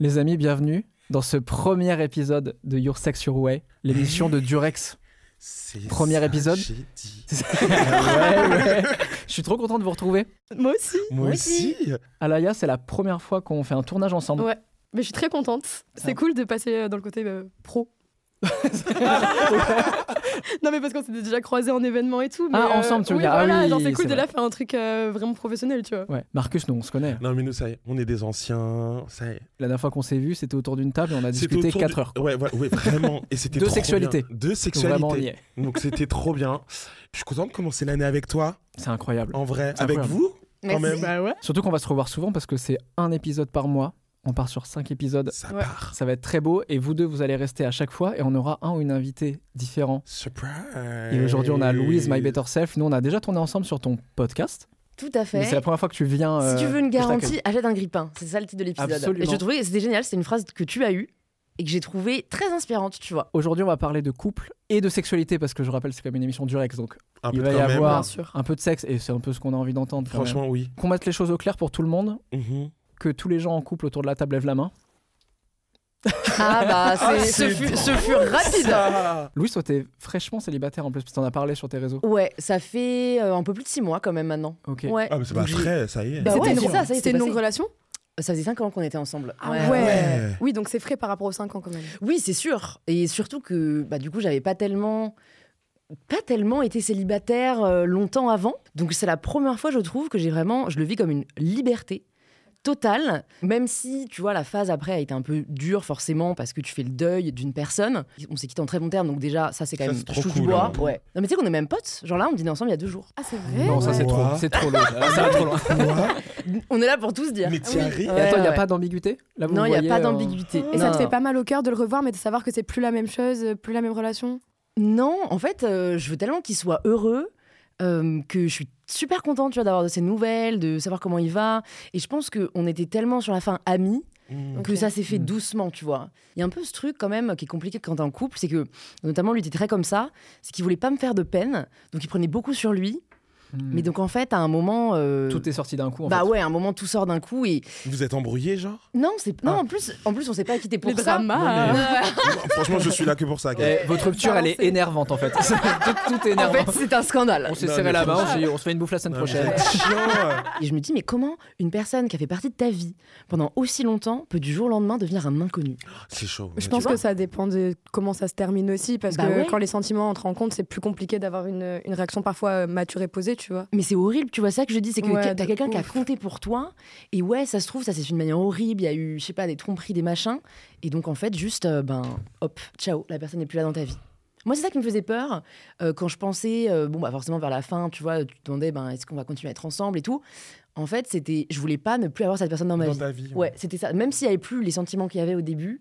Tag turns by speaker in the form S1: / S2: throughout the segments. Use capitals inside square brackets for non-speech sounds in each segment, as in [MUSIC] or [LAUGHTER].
S1: Les amis, bienvenue dans ce premier épisode de Your Sex Your Way, l'émission de Durex.
S2: C'est
S1: Premier
S2: ça
S1: épisode. Ah
S2: que j'ai dit. Ah
S1: Ouais, ouais. Je suis trop content de vous retrouver.
S3: Moi aussi.
S2: Moi aussi.
S1: Alaya, c'est la première fois qu'on fait un tournage ensemble.
S3: Ouais. Mais je suis très contente. C'est
S1: Ah.
S3: cool de passer euh, dans le côté euh, pro. Non, mais parce qu'on s'était déjà croisés en événement et tout. Mais euh,
S1: Ah, ensemble, tu veux
S3: oui,
S1: dire. Ah
S3: Voilà,
S1: oui,
S3: genre c'est cool
S1: c'est
S3: de
S1: vrai.
S3: là faire un truc euh, vraiment professionnel, tu vois.
S1: Ouais. Marcus, nous, on se connaît.
S2: Non mais nous ça y est, on est des anciens, ça y est.
S1: La dernière fois qu'on s'est vu, c'était autour d'une table et on a
S2: C'était
S1: discuté
S2: autour
S1: 4
S2: du-
S1: heures.
S2: Ouais, ouais, ouais, vraiment. Et
S1: [LAUGHS]
S2: c'était
S1: Deux
S2: trop bien.
S1: sexualités.
S2: Deux
S1: Donc Vraiment, on y
S2: sexualités.
S1: est.
S2: Donc c'était trop bien. Je suis content de commencer l'année avec toi,
S1: C'est incroyable.
S2: en vrai,
S1: C'est
S2: avec
S1: incroyable.
S2: vous. Quand même.
S3: Bah ouais.
S1: Surtout qu'on va se revoir souvent parce que c'est un épisode par mois. On part sur 5 épisodes.
S2: Ça
S3: Ouais.
S2: part.
S1: Ça va être très beau et vous deux, vous allez rester à chaque fois et on aura un ou une invitée différent.
S2: Surprise.
S1: Et aujourd'hui, on a Louise My Better Self. Nous, on a déjà tourné ensemble sur ton podcast.
S4: Tout à
S1: Mais
S4: fait.
S1: c'est la première fois que tu viens. euh,
S4: Si tu veux une
S1: que je t'accueille.
S4: garantie, achète un grippin. C'est ça le titre de l'épisode.
S1: Absolument.
S4: Et je trouvais c'était génial, c'était une phrase que tu as eue et que j'ai trouvée très inspirante, tu vois.
S1: Aujourd'hui, on va parler de couple et de sexualité parce que je rappelle, c'est comme une émission du Rex, donc
S2: Un
S1: il
S2: peu
S1: va y
S2: quand même.
S1: avoir
S3: Bien sûr.
S1: un peu de sexe et c'est un peu ce qu'on a envie d'entendre. quand
S2: Franchement, oui.
S1: même. qu'on mette les choses au clair pour tout le monde,
S2: Mhm.
S1: que tous les gens en couple autour de la table lèvent la main.
S4: Ah bah,
S2: Ah,
S4: c'est-
S2: c'est
S4: ce, fut,
S2: drôle.
S4: ce fut rapide.
S3: Ah.
S2: Ça.
S1: Louis, toi, t'es fraîchement célibataire en plus, parce que t'en as parlé sur tes réseaux.
S4: Ouais, ça fait euh, un peu plus de six mois quand même maintenant.
S1: Ok.
S4: Ouais.
S2: Ah mais c'est pas
S4: Donc, j'ai-
S2: frais, ça y est.
S4: Bah
S3: C'était
S4: ouais,
S3: une,
S4: c'est ça, ça y est,
S3: c'était
S4: c'est
S3: une
S4: passé.
S3: longue relation
S4: Ça faisait cinq ans qu'on était ensemble.
S2: ouais.
S3: Ah Oui, donc c'est frais par rapport aux 5 ans quand même.
S4: Oui, c'est sûr. Et surtout que bah, du coup, j'avais pas tellement pas tellement été célibataire euh, longtemps avant. Donc c'est la première fois, je trouve, que j'ai vraiment, je le vis comme une liberté totale, même si, tu vois, la phase après a été un peu dure forcément parce que tu fais le deuil d'une personne. On s'est quitté en très bon terme, donc déjà, ça c'est quand
S2: Ça,
S4: même
S2: c'est trop
S4: je touche
S2: cool,
S4: du bois.
S2: hein.
S4: Ouais. Non mais tu sais qu'on est même potes, genre là on dînait ensemble il y a
S2: [LAUGHS]
S4: deux jours.
S3: Ah, c'est vrai
S1: Non, ça
S2: Ouais.
S1: c'est trop,
S2: Ouah.
S1: c'est trop
S4: [LAUGHS]
S1: lourd. ça va trop loin.
S3: [LAUGHS]
S2: Quoi
S4: On est là pour tous dire.
S2: Mais t'y
S3: Ah oui.
S2: arrives
S1: Et attends, il n'y a
S4: Ouais,
S1: pas d'ambiguïté Là, vous
S4: non, il n'y a
S1: voyez,
S4: pas
S2: hein.
S1: euh,
S4: d'ambiguïté.
S3: Et ça
S4: Non,
S3: te fait
S4: non.
S3: pas mal au cœur de le revoir, mais de savoir que c'est plus la même chose, euh, plus la même relation
S4: Non, en fait, euh, je veux tellement qu'il soit heureux euh, que je suis super contente tu vois, d'avoir de ses nouvelles, de savoir comment il va. Et je pense qu'on était tellement sur la fin amis
S2: Mhm.
S4: que
S3: Ok.
S4: ça s'est fait
S1: Mm.
S4: doucement, tu vois. Il y a un peu ce truc quand même qui est compliqué quand t'es en couple, c'est que, notamment lui était très comme ça, c'est qu'il voulait pas me faire de peine, donc il prenait beaucoup sur lui.
S1: hmm,
S4: Mais donc en fait, à un moment... euh,
S1: Tout est sorti d'un coup. En
S4: bah
S1: fait.
S4: ouais, à un moment tout sort d'un coup et
S2: Vous êtes embrouillés genre
S4: non, c'est non
S1: Ah.
S4: en plus en plus on s'est pas quitté pour
S3: Les
S4: ça.
S3: dramas [LAUGHS]
S2: Non, Franchement, je suis là que pour ça. gars.
S1: Et votre rupture, elle est
S3: Balancé.
S1: énervante
S4: [LAUGHS]
S1: en fait. tout, tout est
S4: Bah, En
S1: énervant.
S4: fait, c'est un scandale.
S1: on s'est
S2: Non,
S1: serré
S2: mais
S1: la main, on
S2: franchement-
S1: s'est dit, on se fait une bouffe la semaine
S2: Non, mais vous
S1: prochaine.
S2: êtes chiants.
S4: Et je me dis, mais comment une personne qui a fait partie de ta vie pendant aussi longtemps peut du jour au lendemain devenir un inconnu
S2: [LAUGHS] C'est chaud.
S3: Je
S2: ouais,
S3: pense
S2: tu
S3: que ça dépend de comment ça se termine aussi, parce
S4: Bah
S3: que
S4: ouais.
S3: quand les sentiments entrent en compte, c'est plus compliqué d'avoir une, une réaction parfois euh, mature et posée, tu vois.
S4: Mais c'est horrible, tu vois ça que je dis, c'est que
S3: Ouais,
S4: quel-
S3: de
S4: t'as quelqu'un qui a
S3: ouf.
S4: compté pour toi, et ouais, ça se trouve, ça c'est une manière horrible, il y a eu, je sais pas, des tromperies, des machins, et donc en fait, juste, euh, ben, hop, ciao, la personne n'est plus là dans ta vie. Moi, c'est ça qui me faisait peur euh, quand je pensais, euh, bon, bah forcément vers la fin, tu vois, tu te demandais, ben, est-ce qu'on va continuer à être ensemble et tout. En fait, c'était, je voulais pas ne plus avoir cette personne dans ma
S2: Dans
S4: vie.
S2: ta vie.
S4: Ouais, c'était ça. Même s'il n'y avait plus les sentiments qu'il y avait au début,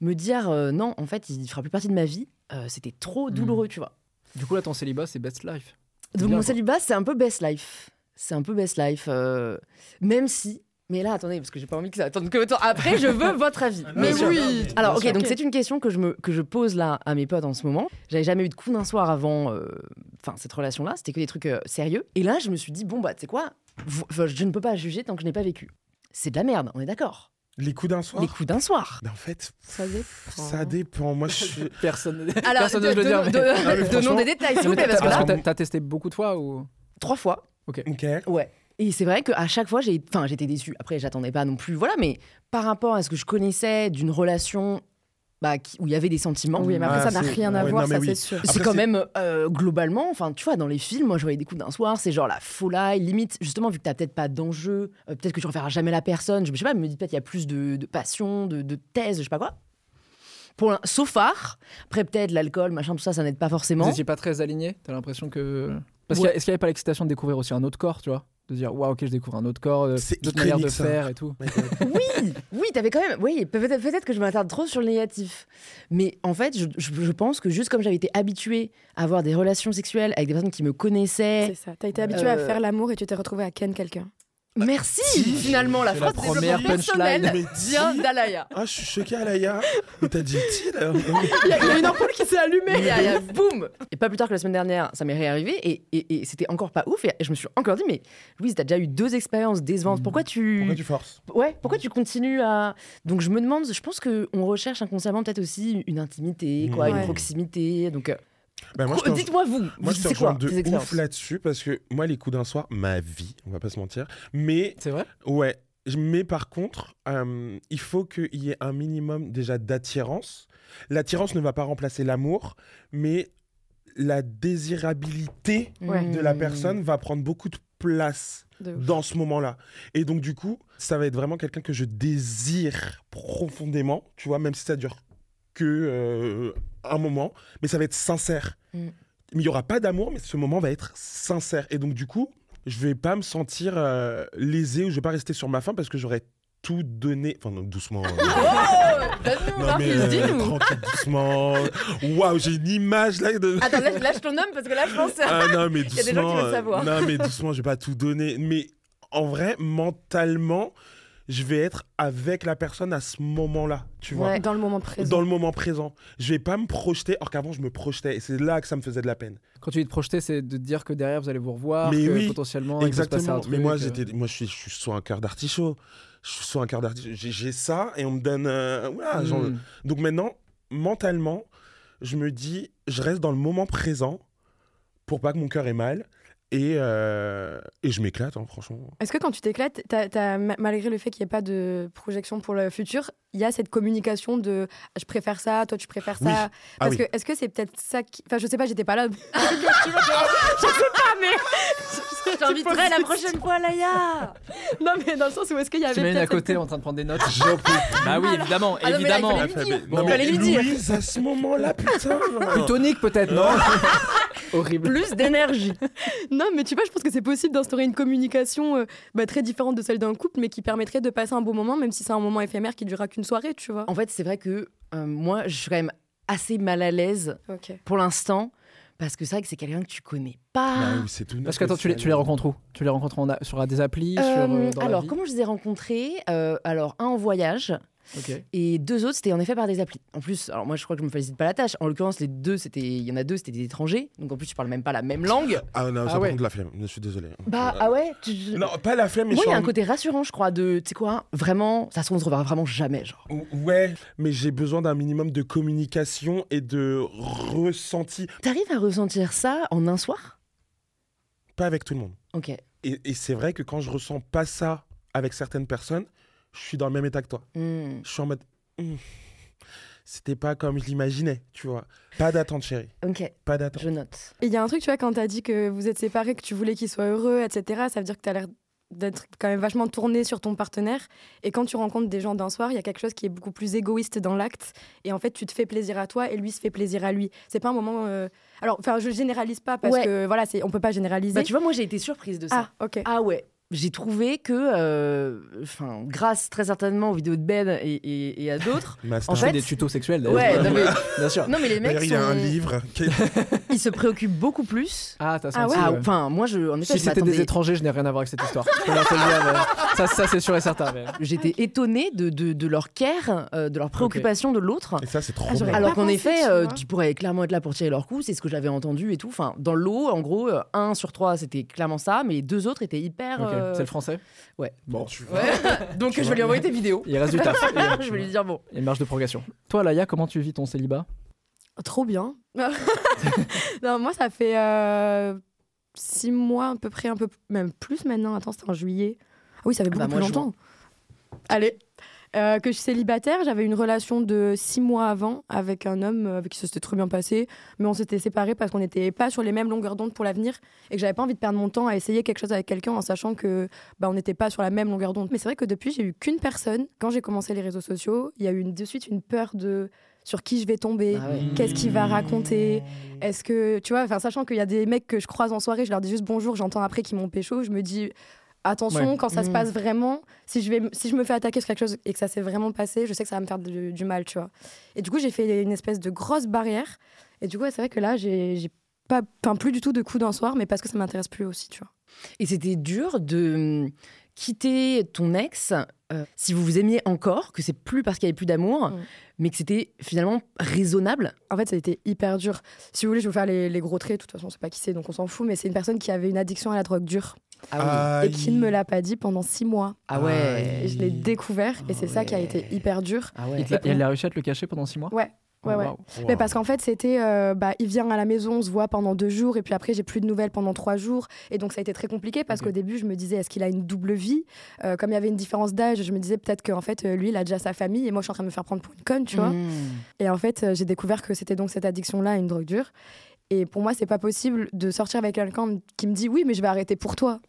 S4: me dire euh, non, en fait, il ne fera plus partie de ma vie, euh, c'était trop
S2: Hmm.
S1: Mm.
S4: douloureux, tu vois.
S1: Du coup, là, ton célibat, c'est best life.
S4: Donc
S1: Bien,
S4: mon
S1: quoi.
S4: célibat, c'est un peu best life. C'est un peu best life, euh, même si. Mais là, attendez, parce que j'ai pas envie que ça attende que autant. Après,
S2: [LAUGHS]
S4: je veux votre avis.
S2: Ah non,
S4: Mais
S2: bien sûr.
S4: oui.
S2: Bien
S4: Alors, ok,
S2: sûr.
S4: donc c'est une question que je, me, que je pose là à mes potes en ce moment. J'avais jamais eu de coup d'un soir avant euh, enfin cette relation-là. C'était que des trucs euh, sérieux. Et là, je me suis dit, bon, bah, tu sais quoi Vous- enfin, Je ne peux pas juger tant que je n'ai pas vécu. C'est de la merde, on est d'accord.
S2: Les coups d'un soir
S4: Les coups d'un soir.
S2: Mais En fait,
S3: Ça dépend.
S2: ça dépend. Moi, je suis. [LAUGHS]
S1: Personne
S4: Alors,
S1: personne n'ose le dire. mais- [LAUGHS] Ah
S2: mais franchement-
S4: donnons des détails, s'il vous plaît,
S1: T'as-
S4: parce que là,
S1: t'as- t'as testé beaucoup de fois ou
S4: trois fois,
S2: Ok. Oh
S4: ouais. Et c'est vrai qu'à chaque fois, j'ai, enfin, j'étais déçue. Après, j'attendais pas non plus, voilà, mais par rapport à ce que je connaissais d'une relation bah, qui- où il y avait des sentiments,
S3: Oui, mais après,
S2: Ah,
S3: ça n'a
S2: c'est-
S3: rien à
S2: ouais,
S3: voir,
S2: non, mais
S3: ça
S2: oui.
S3: c'est sûr.
S4: c'est
S2: Après,
S4: quand
S2: c'est-
S4: même euh, globalement, enfin, tu vois, dans les films, moi, je voyais des coups d'un soir, c'est genre la folie, limite, justement, vu que t'as peut-être pas d'enjeu, euh, peut-être que tu reverras jamais la personne, je je sais pas, mais me dis peut-être il y a plus de, de passion, de, de thèse, je sais pas quoi. Pour l'un, so far, après peut-être l'alcool, machin, tout ça, ça n'aide pas
S1: vous
S4: forcément.
S1: n'étiez pas très aligné T'as l'impression que. Parce qu'il y a- est-ce qu'il n'y avait pas l'excitation de découvrir aussi un autre corps, tu vois De dire, waouh, ok, je découvre un autre corps, euh,
S2: C'est
S1: d'autres manières de
S2: iconique, ça.
S1: faire et tout.
S2: Ouais, ouais.
S4: Oui, oui, t'avais quand même. Oui, peut-être peut-être que je m'attarde trop sur le négatif. Mais en fait, je, je- je pense que juste comme j'avais été habituée à avoir des relations sexuelles avec des personnes qui me connaissaient.
S3: C'est ça. T'as été habitué à
S4: Euh,
S3: faire l'amour et tu t'es retrouvé à ken quelqu'un.
S4: Merci
S2: Si.
S4: Finalement, la
S1: C'est la
S4: phrase de
S1: première punchline.
S4: personnelle
S2: Mais
S4: vient
S2: dis-
S4: d'Alaya.
S2: Ah, je suis choqué, Alaya. Mais t'as dit ti là
S4: [LAUGHS] Il y, a- il y a une ampoule qui s'est allumée. Il y a- il y a- boum Et pas plus tard que la semaine dernière, ça m'est réarrivé et, et- et c'était encore pas ouf. Et je me suis encore dit, mais Louise, t'as déjà eu deux expériences décevantes.
S1: Mm.
S4: Pourquoi tu.
S2: Pourquoi tu forces
S4: Ouais, pourquoi tu continues à. Donc je me demande, je pense qu'on recherche inconsciemment peut-être aussi une intimité, quoi,
S2: Mm.
S4: une
S3: Ouais.
S4: proximité. Donc euh,
S2: Bah, moi, je
S4: pro-
S2: te-
S4: dites-moi vous,
S2: Moi,
S4: vous,
S2: je te
S4: c'est quoi
S2: rejoins de
S4: tes
S2: ouf
S4: expériences
S2: là-dessus parce que moi, les coups d'un soir, ma vie, on va pas se mentir. Mais
S1: C'est vrai
S2: ouais, je- mais par contre, euh, il faut qu'il y ait un minimum déjà d'attirance. L'attirance ne va pas remplacer l'amour, mais la désirabilité
S3: Ouais.
S2: de la
S4: Mm.
S2: personne va prendre beaucoup de place
S3: De ouf.
S2: dans ce moment-là. Et donc, du coup, ça va être vraiment quelqu'un que je désire profondément, tu vois, même si ça dure que euh, un moment, mais ça va être sincère.
S4: Mm.
S2: Mais il n'y aura pas d'amour, mais ce moment va être sincère. Et donc, du coup, je vais pas me sentir euh, lésé ou je vais pas rester sur ma faim parce que j'aurais tout donné. Enfin, non, doucement.
S4: [LAUGHS]
S2: euh,
S4: Donne-nous,
S2: non, mais
S4: Bah, Marcus,
S2: euh, [LAUGHS]
S4: dis-nous.
S2: tranquille, doucement. Waouh, j'ai une image là de.
S4: Attends, lâche, lâche ton homme parce que là, je pense.
S2: Ah non,
S4: [LAUGHS]
S2: mais doucement.
S4: y a des gens qui veulent
S2: euh,
S4: savoir.
S2: Non, mais doucement, je vais pas tout donner. Mais en vrai, mentalement, je vais être avec la personne à ce moment-là, tu vois.
S4: Ouais.
S3: Dans le moment présent.
S2: Dans le moment présent. Je vais pas me projeter, or qu'avant, je me projetais. Et c'est là que ça me faisait de la peine.
S1: Quand tu dis te projeter, c'est de te dire que derrière vous allez vous revoir,
S2: Mais
S1: que
S2: oui,
S1: potentiellement il peut se passer un
S2: Exactement.
S1: truc.
S2: Mais moi,
S1: euh.
S2: j'étais, moi, je suis, je suis soit un cœur d'artichaut. Je suis soit un cœur d'artichaut. J'ai, j'ai ça et on me donne. euh, voilà, genre-
S1: Hmm.
S2: Donc maintenant, mentalement, je me dis, je reste dans le moment présent pour pas que mon cœur ait mal. Et, euh, et je m'éclate, hein, franchement.
S3: Est-ce que quand tu t'éclates, t'as- t'as- ma- malgré le fait qu'il n'y ait pas de projection pour le futur, il y a cette communication de ah, je préfère ça, toi tu préfères ça
S2: Oui. Ah
S3: Parce
S2: oui.
S3: que est-ce que c'est peut-être ça qui. Enfin, je sais pas, j'étais pas là. [LAUGHS] Tu vois, je je sais pas, mais.
S4: J'inviterai la prochaine
S2: [LAUGHS]
S4: fois Laïa
S3: Non, mais dans le sens où est-ce qu'il y avait.
S1: T'imagines
S3: peut-être
S1: à côté
S3: cette-
S1: en train de prendre des notes
S2: J'en peux
S1: Bah oui, évidemment,
S4: Ah non, mais là,
S1: évidemment.
S4: il fallait-
S2: plus.
S4: dire.
S2: Non,
S1: Il
S2: mais
S4: fallait lui dire.
S2: Louise, à ce
S4: [LAUGHS]
S2: moment-là, putain.
S1: Plutonique peut-être, non [LAUGHS] Horrible.
S4: Plus d'énergie.
S3: Non, mais tu vois, je pense que c'est possible d'instaurer une communication euh, bah, très différente de celle d'un couple, mais qui permettrait de passer un bon moment, même si c'est un moment éphémère qui durera qu'une soirée, tu vois.
S4: En fait, c'est vrai que euh, moi, je suis quand même assez mal à l'aise
S3: Ok.
S4: pour l'instant parce que c'est vrai que c'est quelqu'un que tu connais pas.
S2: Bah oui, c'est tout
S1: Parce que attends, tu les, tu les rencontres où Tu les rencontres en a- sur des applis sur,
S4: Euh,
S1: euh, dans la
S4: alors,
S1: vie
S4: comment je les ai rencontrés Euh, Alors, un en voyage
S1: Ok.
S4: et deux autres, c'était en effet par des applis. En plus, alors moi, je crois que je me félicite pas la tâche. En l'occurrence, les deux, c'était, il y en a deux, c'était des étrangers. Donc en plus, tu parles même pas la même langue.
S2: Ah non,
S1: Ah
S2: ça prend
S1: ouais.
S2: de la flemme. Je suis désolé.
S4: [LAUGHS]
S2: hein. Euh,
S4: Bah ah ouais. tu- tu-
S2: Non, pas la flemme, mais
S4: moi,
S2: je
S4: il y
S2: suis
S4: a un
S2: en-
S4: côté rassurant, je crois, de, tu sais quoi, vraiment, ça se trouve, on se reverra vraiment jamais, genre.
S2: Ouais, mais j'ai besoin d'un minimum de communication et de ressenti.
S4: T'arrives à ressentir ça en un soir
S2: Pas avec tout le monde.
S4: Ok.
S2: Et, et c'est vrai que quand je ressens pas ça avec certaines personnes, je suis dans le même état que toi.
S4: Hmm.
S2: Je suis en mode.
S3: Mmh.
S2: hmm, C'était pas comme je l'imaginais, tu vois. Pas d'attente, chérie.
S4: Ok,
S2: Pas d'attente.
S4: je note.
S3: Et Il y a un truc, tu vois, quand t'as dit que vous êtes séparés, que tu voulais qu'il soit heureux, etc., ça veut dire que t'as l'air d'être quand même vachement tourné sur ton partenaire. Et quand tu rencontres des gens d'un soir, il y a quelque chose qui est beaucoup plus égoïste dans l'acte. Et en fait, tu te fais plaisir à toi et lui se fait plaisir à lui. C'est pas un moment. euh, Alors, enfin, je généralise pas parce
S4: Ouais.
S3: que voilà, c'est on peut pas généraliser.
S4: Bah, tu vois, moi, j'ai été surprise de ça.
S3: ah, ok.
S4: Ah ouais. J'ai trouvé que, euh, enfin, grâce très certainement aux vidéos de Ben et, et- et
S2: [LAUGHS]
S4: à d'autres.
S2: Master.
S4: En
S1: Je
S4: fait-
S1: fais des tutos sexuels d'ailleurs.
S4: ouais, non mais,
S1: [LAUGHS] Bien sûr.
S4: non, mais les mecs,
S2: D'ailleurs, il y a un
S4: sont-
S3: [LAUGHS]
S2: livre qui est
S4: ils se préoccupent beaucoup plus.
S1: Ah, t'as
S3: Ah
S1: senti.
S4: Ah,
S1: ouais.
S4: Enfin, moi, je, en effet,
S1: Si
S4: je
S1: c'était des
S4: m'attendais-
S1: étrangers, je n'ai rien à voir avec cette histoire. Je peux la tenir, mais euh, Ça, ça c'est sûr et certain. mais-
S4: j'étais étonnée de, de, de leur care, euh, de leur préoccupation de l'autre.
S2: Et ça, c'est trop
S3: Ah, j'aurais
S2: bien.
S3: pas
S4: Alors qu'en
S3: pensé, hein.
S4: effet,
S3: tu
S4: euh,
S3: vois.
S4: tu pourrais clairement être là pour tirer leur coup, c'est ce que j'avais entendu et tout. Enfin, dans l'eau, en gros, euh, un sur trois, c'était clairement ça, mais les deux autres étaient hyper.
S1: Ok.
S4: euh,
S1: C'est le français
S4: ouais.
S1: Bon,
S2: Tu vois.
S4: Ouais.
S1: [LAUGHS]
S4: Donc
S1: Tu
S4: je vais
S1: vois.
S4: lui envoyer tes vidéos.
S1: il reste du
S4: [LAUGHS]
S1: taf. Il y a-
S4: je vais lui dire bon.
S1: Il y a une marge de progression. Toi, Laïa, comment tu vis ton célibat
S3: Trop bien. [LAUGHS] non, moi, ça fait euh, six mois à peu près, un peu même plus maintenant. Attends, c'était en juillet. Ah oui, ça fait
S4: Ah
S3: beaucoup
S4: bah,
S3: plus
S4: moi, je
S3: longtemps. Allez. Euh, que je suis célibataire, j'avais une relation de six mois avant avec un homme euh, avec qui ça s'était trop bien passé, mais on s'était séparés parce qu'on n'était pas sur les mêmes longueurs d'onde pour l'avenir et que j'avais pas envie de perdre mon temps à essayer quelque chose avec quelqu'un en sachant que bah, on n'était pas sur la même longueur d'onde. Mais c'est vrai que depuis, j'ai eu qu'une personne. Quand j'ai commencé les réseaux sociaux, il y a eu une- de suite une peur de sur qui je vais tomber,
S4: Ah ouais.
S3: qu'est-ce qu'il va raconter, est-ce que, tu vois, enfin, sachant qu'il y a des mecs que je croise en soirée, je leur dis juste bonjour, j'entends après qu'ils m'ont pécho, je me dis attention,
S1: Ouais.
S3: quand ça se
S4: Mhm.
S3: passe vraiment, si je, vais, si je me fais attaquer sur quelque chose et que ça s'est vraiment passé, je sais que ça va me faire du, du mal, tu vois. Et du coup, j'ai fait une espèce de grosse barrière. Et du coup, ouais, c'est vrai que là, j'ai j'ai pas, enfin, plus du tout de coups d'un soir, mais parce que ça m'intéresse plus aussi, tu vois.
S4: Et c'était dur de hum, quitter ton ex, euh, si vous vous aimiez encore, que c'est plus parce qu'il n'y avait plus d'amour,
S3: Mm.
S4: mais que c'était finalement raisonnable.
S3: En fait, ça a été hyper dur. Si vous voulez, je vais vous faire les, les gros traits. De toute façon, on sait pas qui c'est, donc on s'en fout. Mais c'est une personne qui avait une addiction à la drogue dure
S1: Ah.
S3: Ah et qui ne me l'a pas dit pendant six mois.
S4: Ah ouais.
S3: Et je l'ai découvert et c'est ça qui a été
S4: ouais.
S3: hyper dur.
S4: Ah
S1: Et
S4: ouais.
S1: te la- et elle a réussi à te le cacher pendant 6 mois
S3: Ouais, ouais,
S1: Oh,
S3: ouais.
S1: waouh.
S3: Mais parce qu'en fait, c'était, euh, bah, il vient à la maison, on se voit pendant deux jours, et puis après, j'ai plus de nouvelles pendant trois jours. Et donc, ça a été très compliqué parce
S1: Ok.
S3: qu'au début, je me disais, est-ce qu'il a une double vie Euh, Comme il y avait une différence d'âge, je me disais peut-être qu'en fait, euh, lui, il a déjà sa famille, et moi, je suis en train de me faire prendre pour une conne, tu vois.
S4: Mm.
S3: Et en fait, euh, j'ai découvert que c'était donc cette addiction-là à une drogue dure. Et pour moi, c'est pas possible de sortir avec quelqu'un qui me dit, oui, mais je vais arrêter pour toi.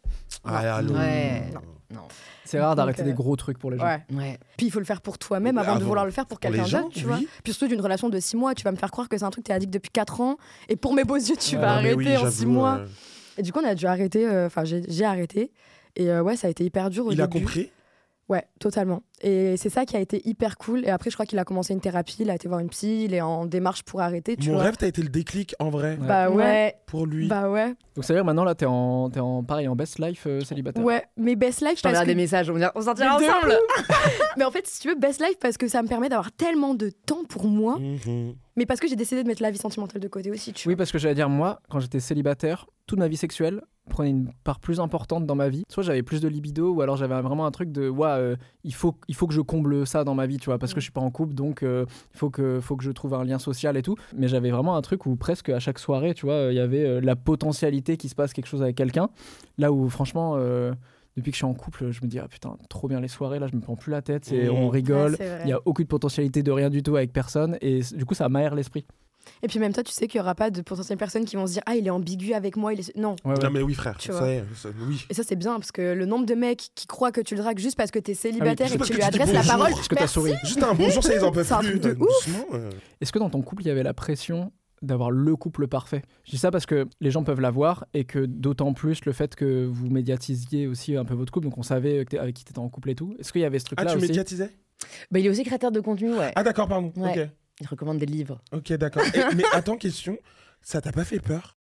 S2: Ah, là,
S4: Non.
S2: l'eau.
S4: Ouais.
S1: C'est rare
S3: Donc,
S1: d'arrêter
S3: euh,
S1: des gros trucs pour les gens.
S3: Ouais.
S4: Ouais.
S3: Puis il faut le faire pour toi-même
S2: Bah,
S3: avant, de
S2: avant-
S3: vouloir le faire pour
S2: Pour les
S3: quelqu'un
S2: gens,
S3: d'autre, tu vois.
S2: oui.
S3: Puis surtout d'une relation de six mois, tu vas me faire croire que c'est un truc que t'es addict depuis quatre ans, et pour mes beaux yeux, tu
S1: Ouais,
S3: vas
S2: Non, mais oui,
S3: arrêter en six
S2: j'avoue,
S3: mois.
S2: euh,
S3: Et du coup, on a dû arrêter, euh, enfin, j'ai- j'ai arrêté. Et euh, ouais, ça a été hyper dur. Au
S2: Il a
S3: début.
S2: compris
S3: Ouais, totalement. Et c'est ça qui a été hyper cool. Et après, je crois qu'il a commencé une thérapie, il a été voir une psy, il est en démarche pour arrêter, tu
S2: Mon
S3: vois.
S2: rêve, t'as été le déclic en vrai
S1: Ouais.
S3: Bah ouais,
S2: pour lui.
S3: bah ouais,
S1: Donc ça veut dire maintenant là, t'es en, t'es en pareil, en best life euh, célibataire.
S3: ouais. Mais Best Life,
S4: Je t'enverrai
S3: parce que...
S4: des messages, on, on sortira
S3: Mais de
S4: ensemble.
S3: mais en fait, si tu veux, Best Life, parce que ça me permet d'avoir tellement de temps pour moi,
S2: Mhm.
S3: mais parce que j'ai décidé de mettre la vie sentimentale de côté aussi, tu
S1: Oui, parce que j'allais dire, moi, quand j'étais célibataire, toute ma vie sexuelle prenait une part plus importante dans ma vie. Soit j'avais plus de libido, ou alors j'avais vraiment un truc de, ouais, euh, il, faut, il faut que je comble ça dans ma vie, tu vois, parce que je suis pas en couple, donc euh, il faut que, faut que je trouve un lien social et tout. Mais j'avais vraiment un truc où presque à chaque soirée, tu vois, euh, il y avait euh, la potentialité qu'il se passe quelque chose avec quelqu'un. Là où, franchement, euh, depuis que je suis en couple, je me dis, ah putain, trop bien les soirées, là, je me prends plus la tête, et
S2: Mmh.
S1: on
S3: vois.
S1: rigole.
S3: Ouais, c'est vrai.
S1: Il n'y a aucune potentialité de rien du tout avec personne, et c- du coup, ça m'aère l'esprit.
S3: Et puis même toi, tu sais qu'il y aura pas de potentielles personnes qui vont se dire Ah, il est ambigu avec moi. Il est... Non.
S1: Ouais, ouais.
S2: Non, mais oui, frère.
S3: Tu
S2: ça
S3: vois.
S2: est, ça- oui.
S3: Et ça, c'est bien, parce que le nombre de mecs qui croient que tu le dragues juste parce que t'es
S1: Ah,
S3: célibataire
S2: Ah juste
S3: et que
S2: parce que
S3: tu lui
S2: tu dis
S3: adresses la
S2: bonjour.
S3: parole.
S1: Parce que t'as
S3: merci.
S1: souri.
S2: Juste un bonjour, ça les en peuvent
S3: C'est un
S2: plus.
S3: truc de
S2: euh,
S3: ouf.
S2: doucement, euh.
S1: Est-ce que dans ton couple, il y avait la pression d'avoir le couple parfait Je dis ça parce que les gens peuvent l'avoir et que d'autant plus le fait que vous médiatisiez aussi un peu votre couple, donc on savait que t'es- avec qui t'étais en couple et tout. Est-ce qu'il y avait ce
S2: Ah,
S1: truc-là
S2: tu
S1: aussi
S2: médiatisais
S4: Bah, il est aussi créateur de contenu, ouais.
S2: Ah, d'accord, pardon.
S4: Ouais. Il recommande des livres.
S2: Ok, ok, d'accord. Et-
S4: [LAUGHS]
S2: mais attends, question. Ça t'a pas fait peur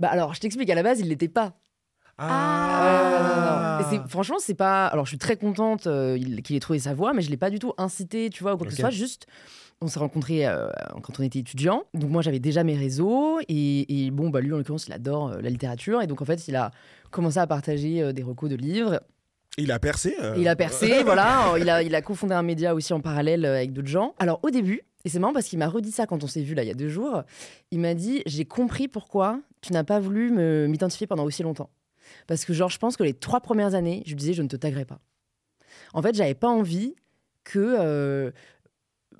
S4: Bah alors, je t'explique, à la base, il l'était pas. Euh,
S3: Ah.
S4: Et c'est- franchement, c'est pas. Alors, je suis très contente euh, il- qu'il ait trouvé sa voie, mais je l'ai pas du tout incité, tu vois, ou quoi que
S2: Ok.
S4: ce soit. Juste, on s'est rencontrés euh, quand on était étudiant. Donc, moi, j'avais déjà mes réseaux. Et, et bon, bah, lui, en l'occurrence, il adore euh, la littérature. Et donc, en fait, il a commencé à partager euh, des recos de livres.
S2: Il a percé. euh.
S4: Et Il a percé, voilà. Il a, il a cofondé un média aussi en parallèle euh, avec d'autres gens. Alors au début, et c'est marrant parce qu'il m'a redit ça quand on s'est vu là il y a deux jours, il m'a dit J'ai compris pourquoi tu n'as pas voulu me- m'identifier pendant aussi longtemps. Parce que, genre, je pense que les trois premières années, je lui disais Je ne te taguerai pas. En fait, j'avais pas envie que. euh,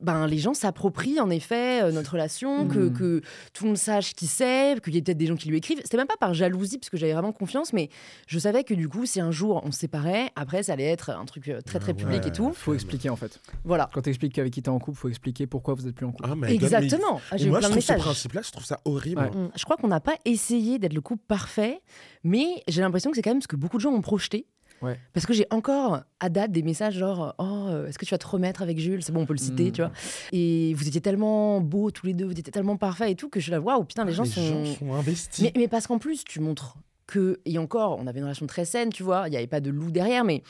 S4: ben, les gens s'approprient en effet euh, notre relation, que,
S1: Mhm.
S4: que tout le monde sache qui c'est, qu'il y ait peut-être des gens qui lui écrivent. C'était même pas par jalousie, parce que j'avais vraiment confiance, mais je savais que du coup, si un jour on se séparait, après ça allait être un truc euh, très très
S2: Ah ouais.
S4: public et tout.
S1: Faut expliquer en fait.
S4: Voilà.
S1: Quand t'expliques avec qui t'es en couple, faut expliquer pourquoi vous êtes plus en couple.
S2: Ah, my God, mais-
S4: Exactement. Ah, J'ai eu
S2: Moi, je
S4: plein
S2: trouve
S4: de
S2: ce
S4: messages.
S2: principe-là, je trouve ça horrible.
S1: Ouais.
S4: Mm. Je crois qu'on n'a pas essayé d'être le couple parfait, mais j'ai l'impression que c'est quand même ce que beaucoup de gens ont projeté.
S1: Ouais.
S4: Parce que j'ai encore à date des messages genre Oh, euh, est-ce que tu vas te remettre avec Jules C'est bon, on peut le citer,
S2: Mmh.
S1: Mm.
S4: tu vois. Et vous étiez tellement beaux tous les deux, vous étiez tellement parfaits et tout que je suis là, waouh, putain,
S2: Ah,
S4: les gens sont.
S2: investis.
S4: Mais, mais parce qu'en plus, tu montres que. Et encore, on avait une relation très saine, tu vois. Il n'y avait pas de loup derrière, mais.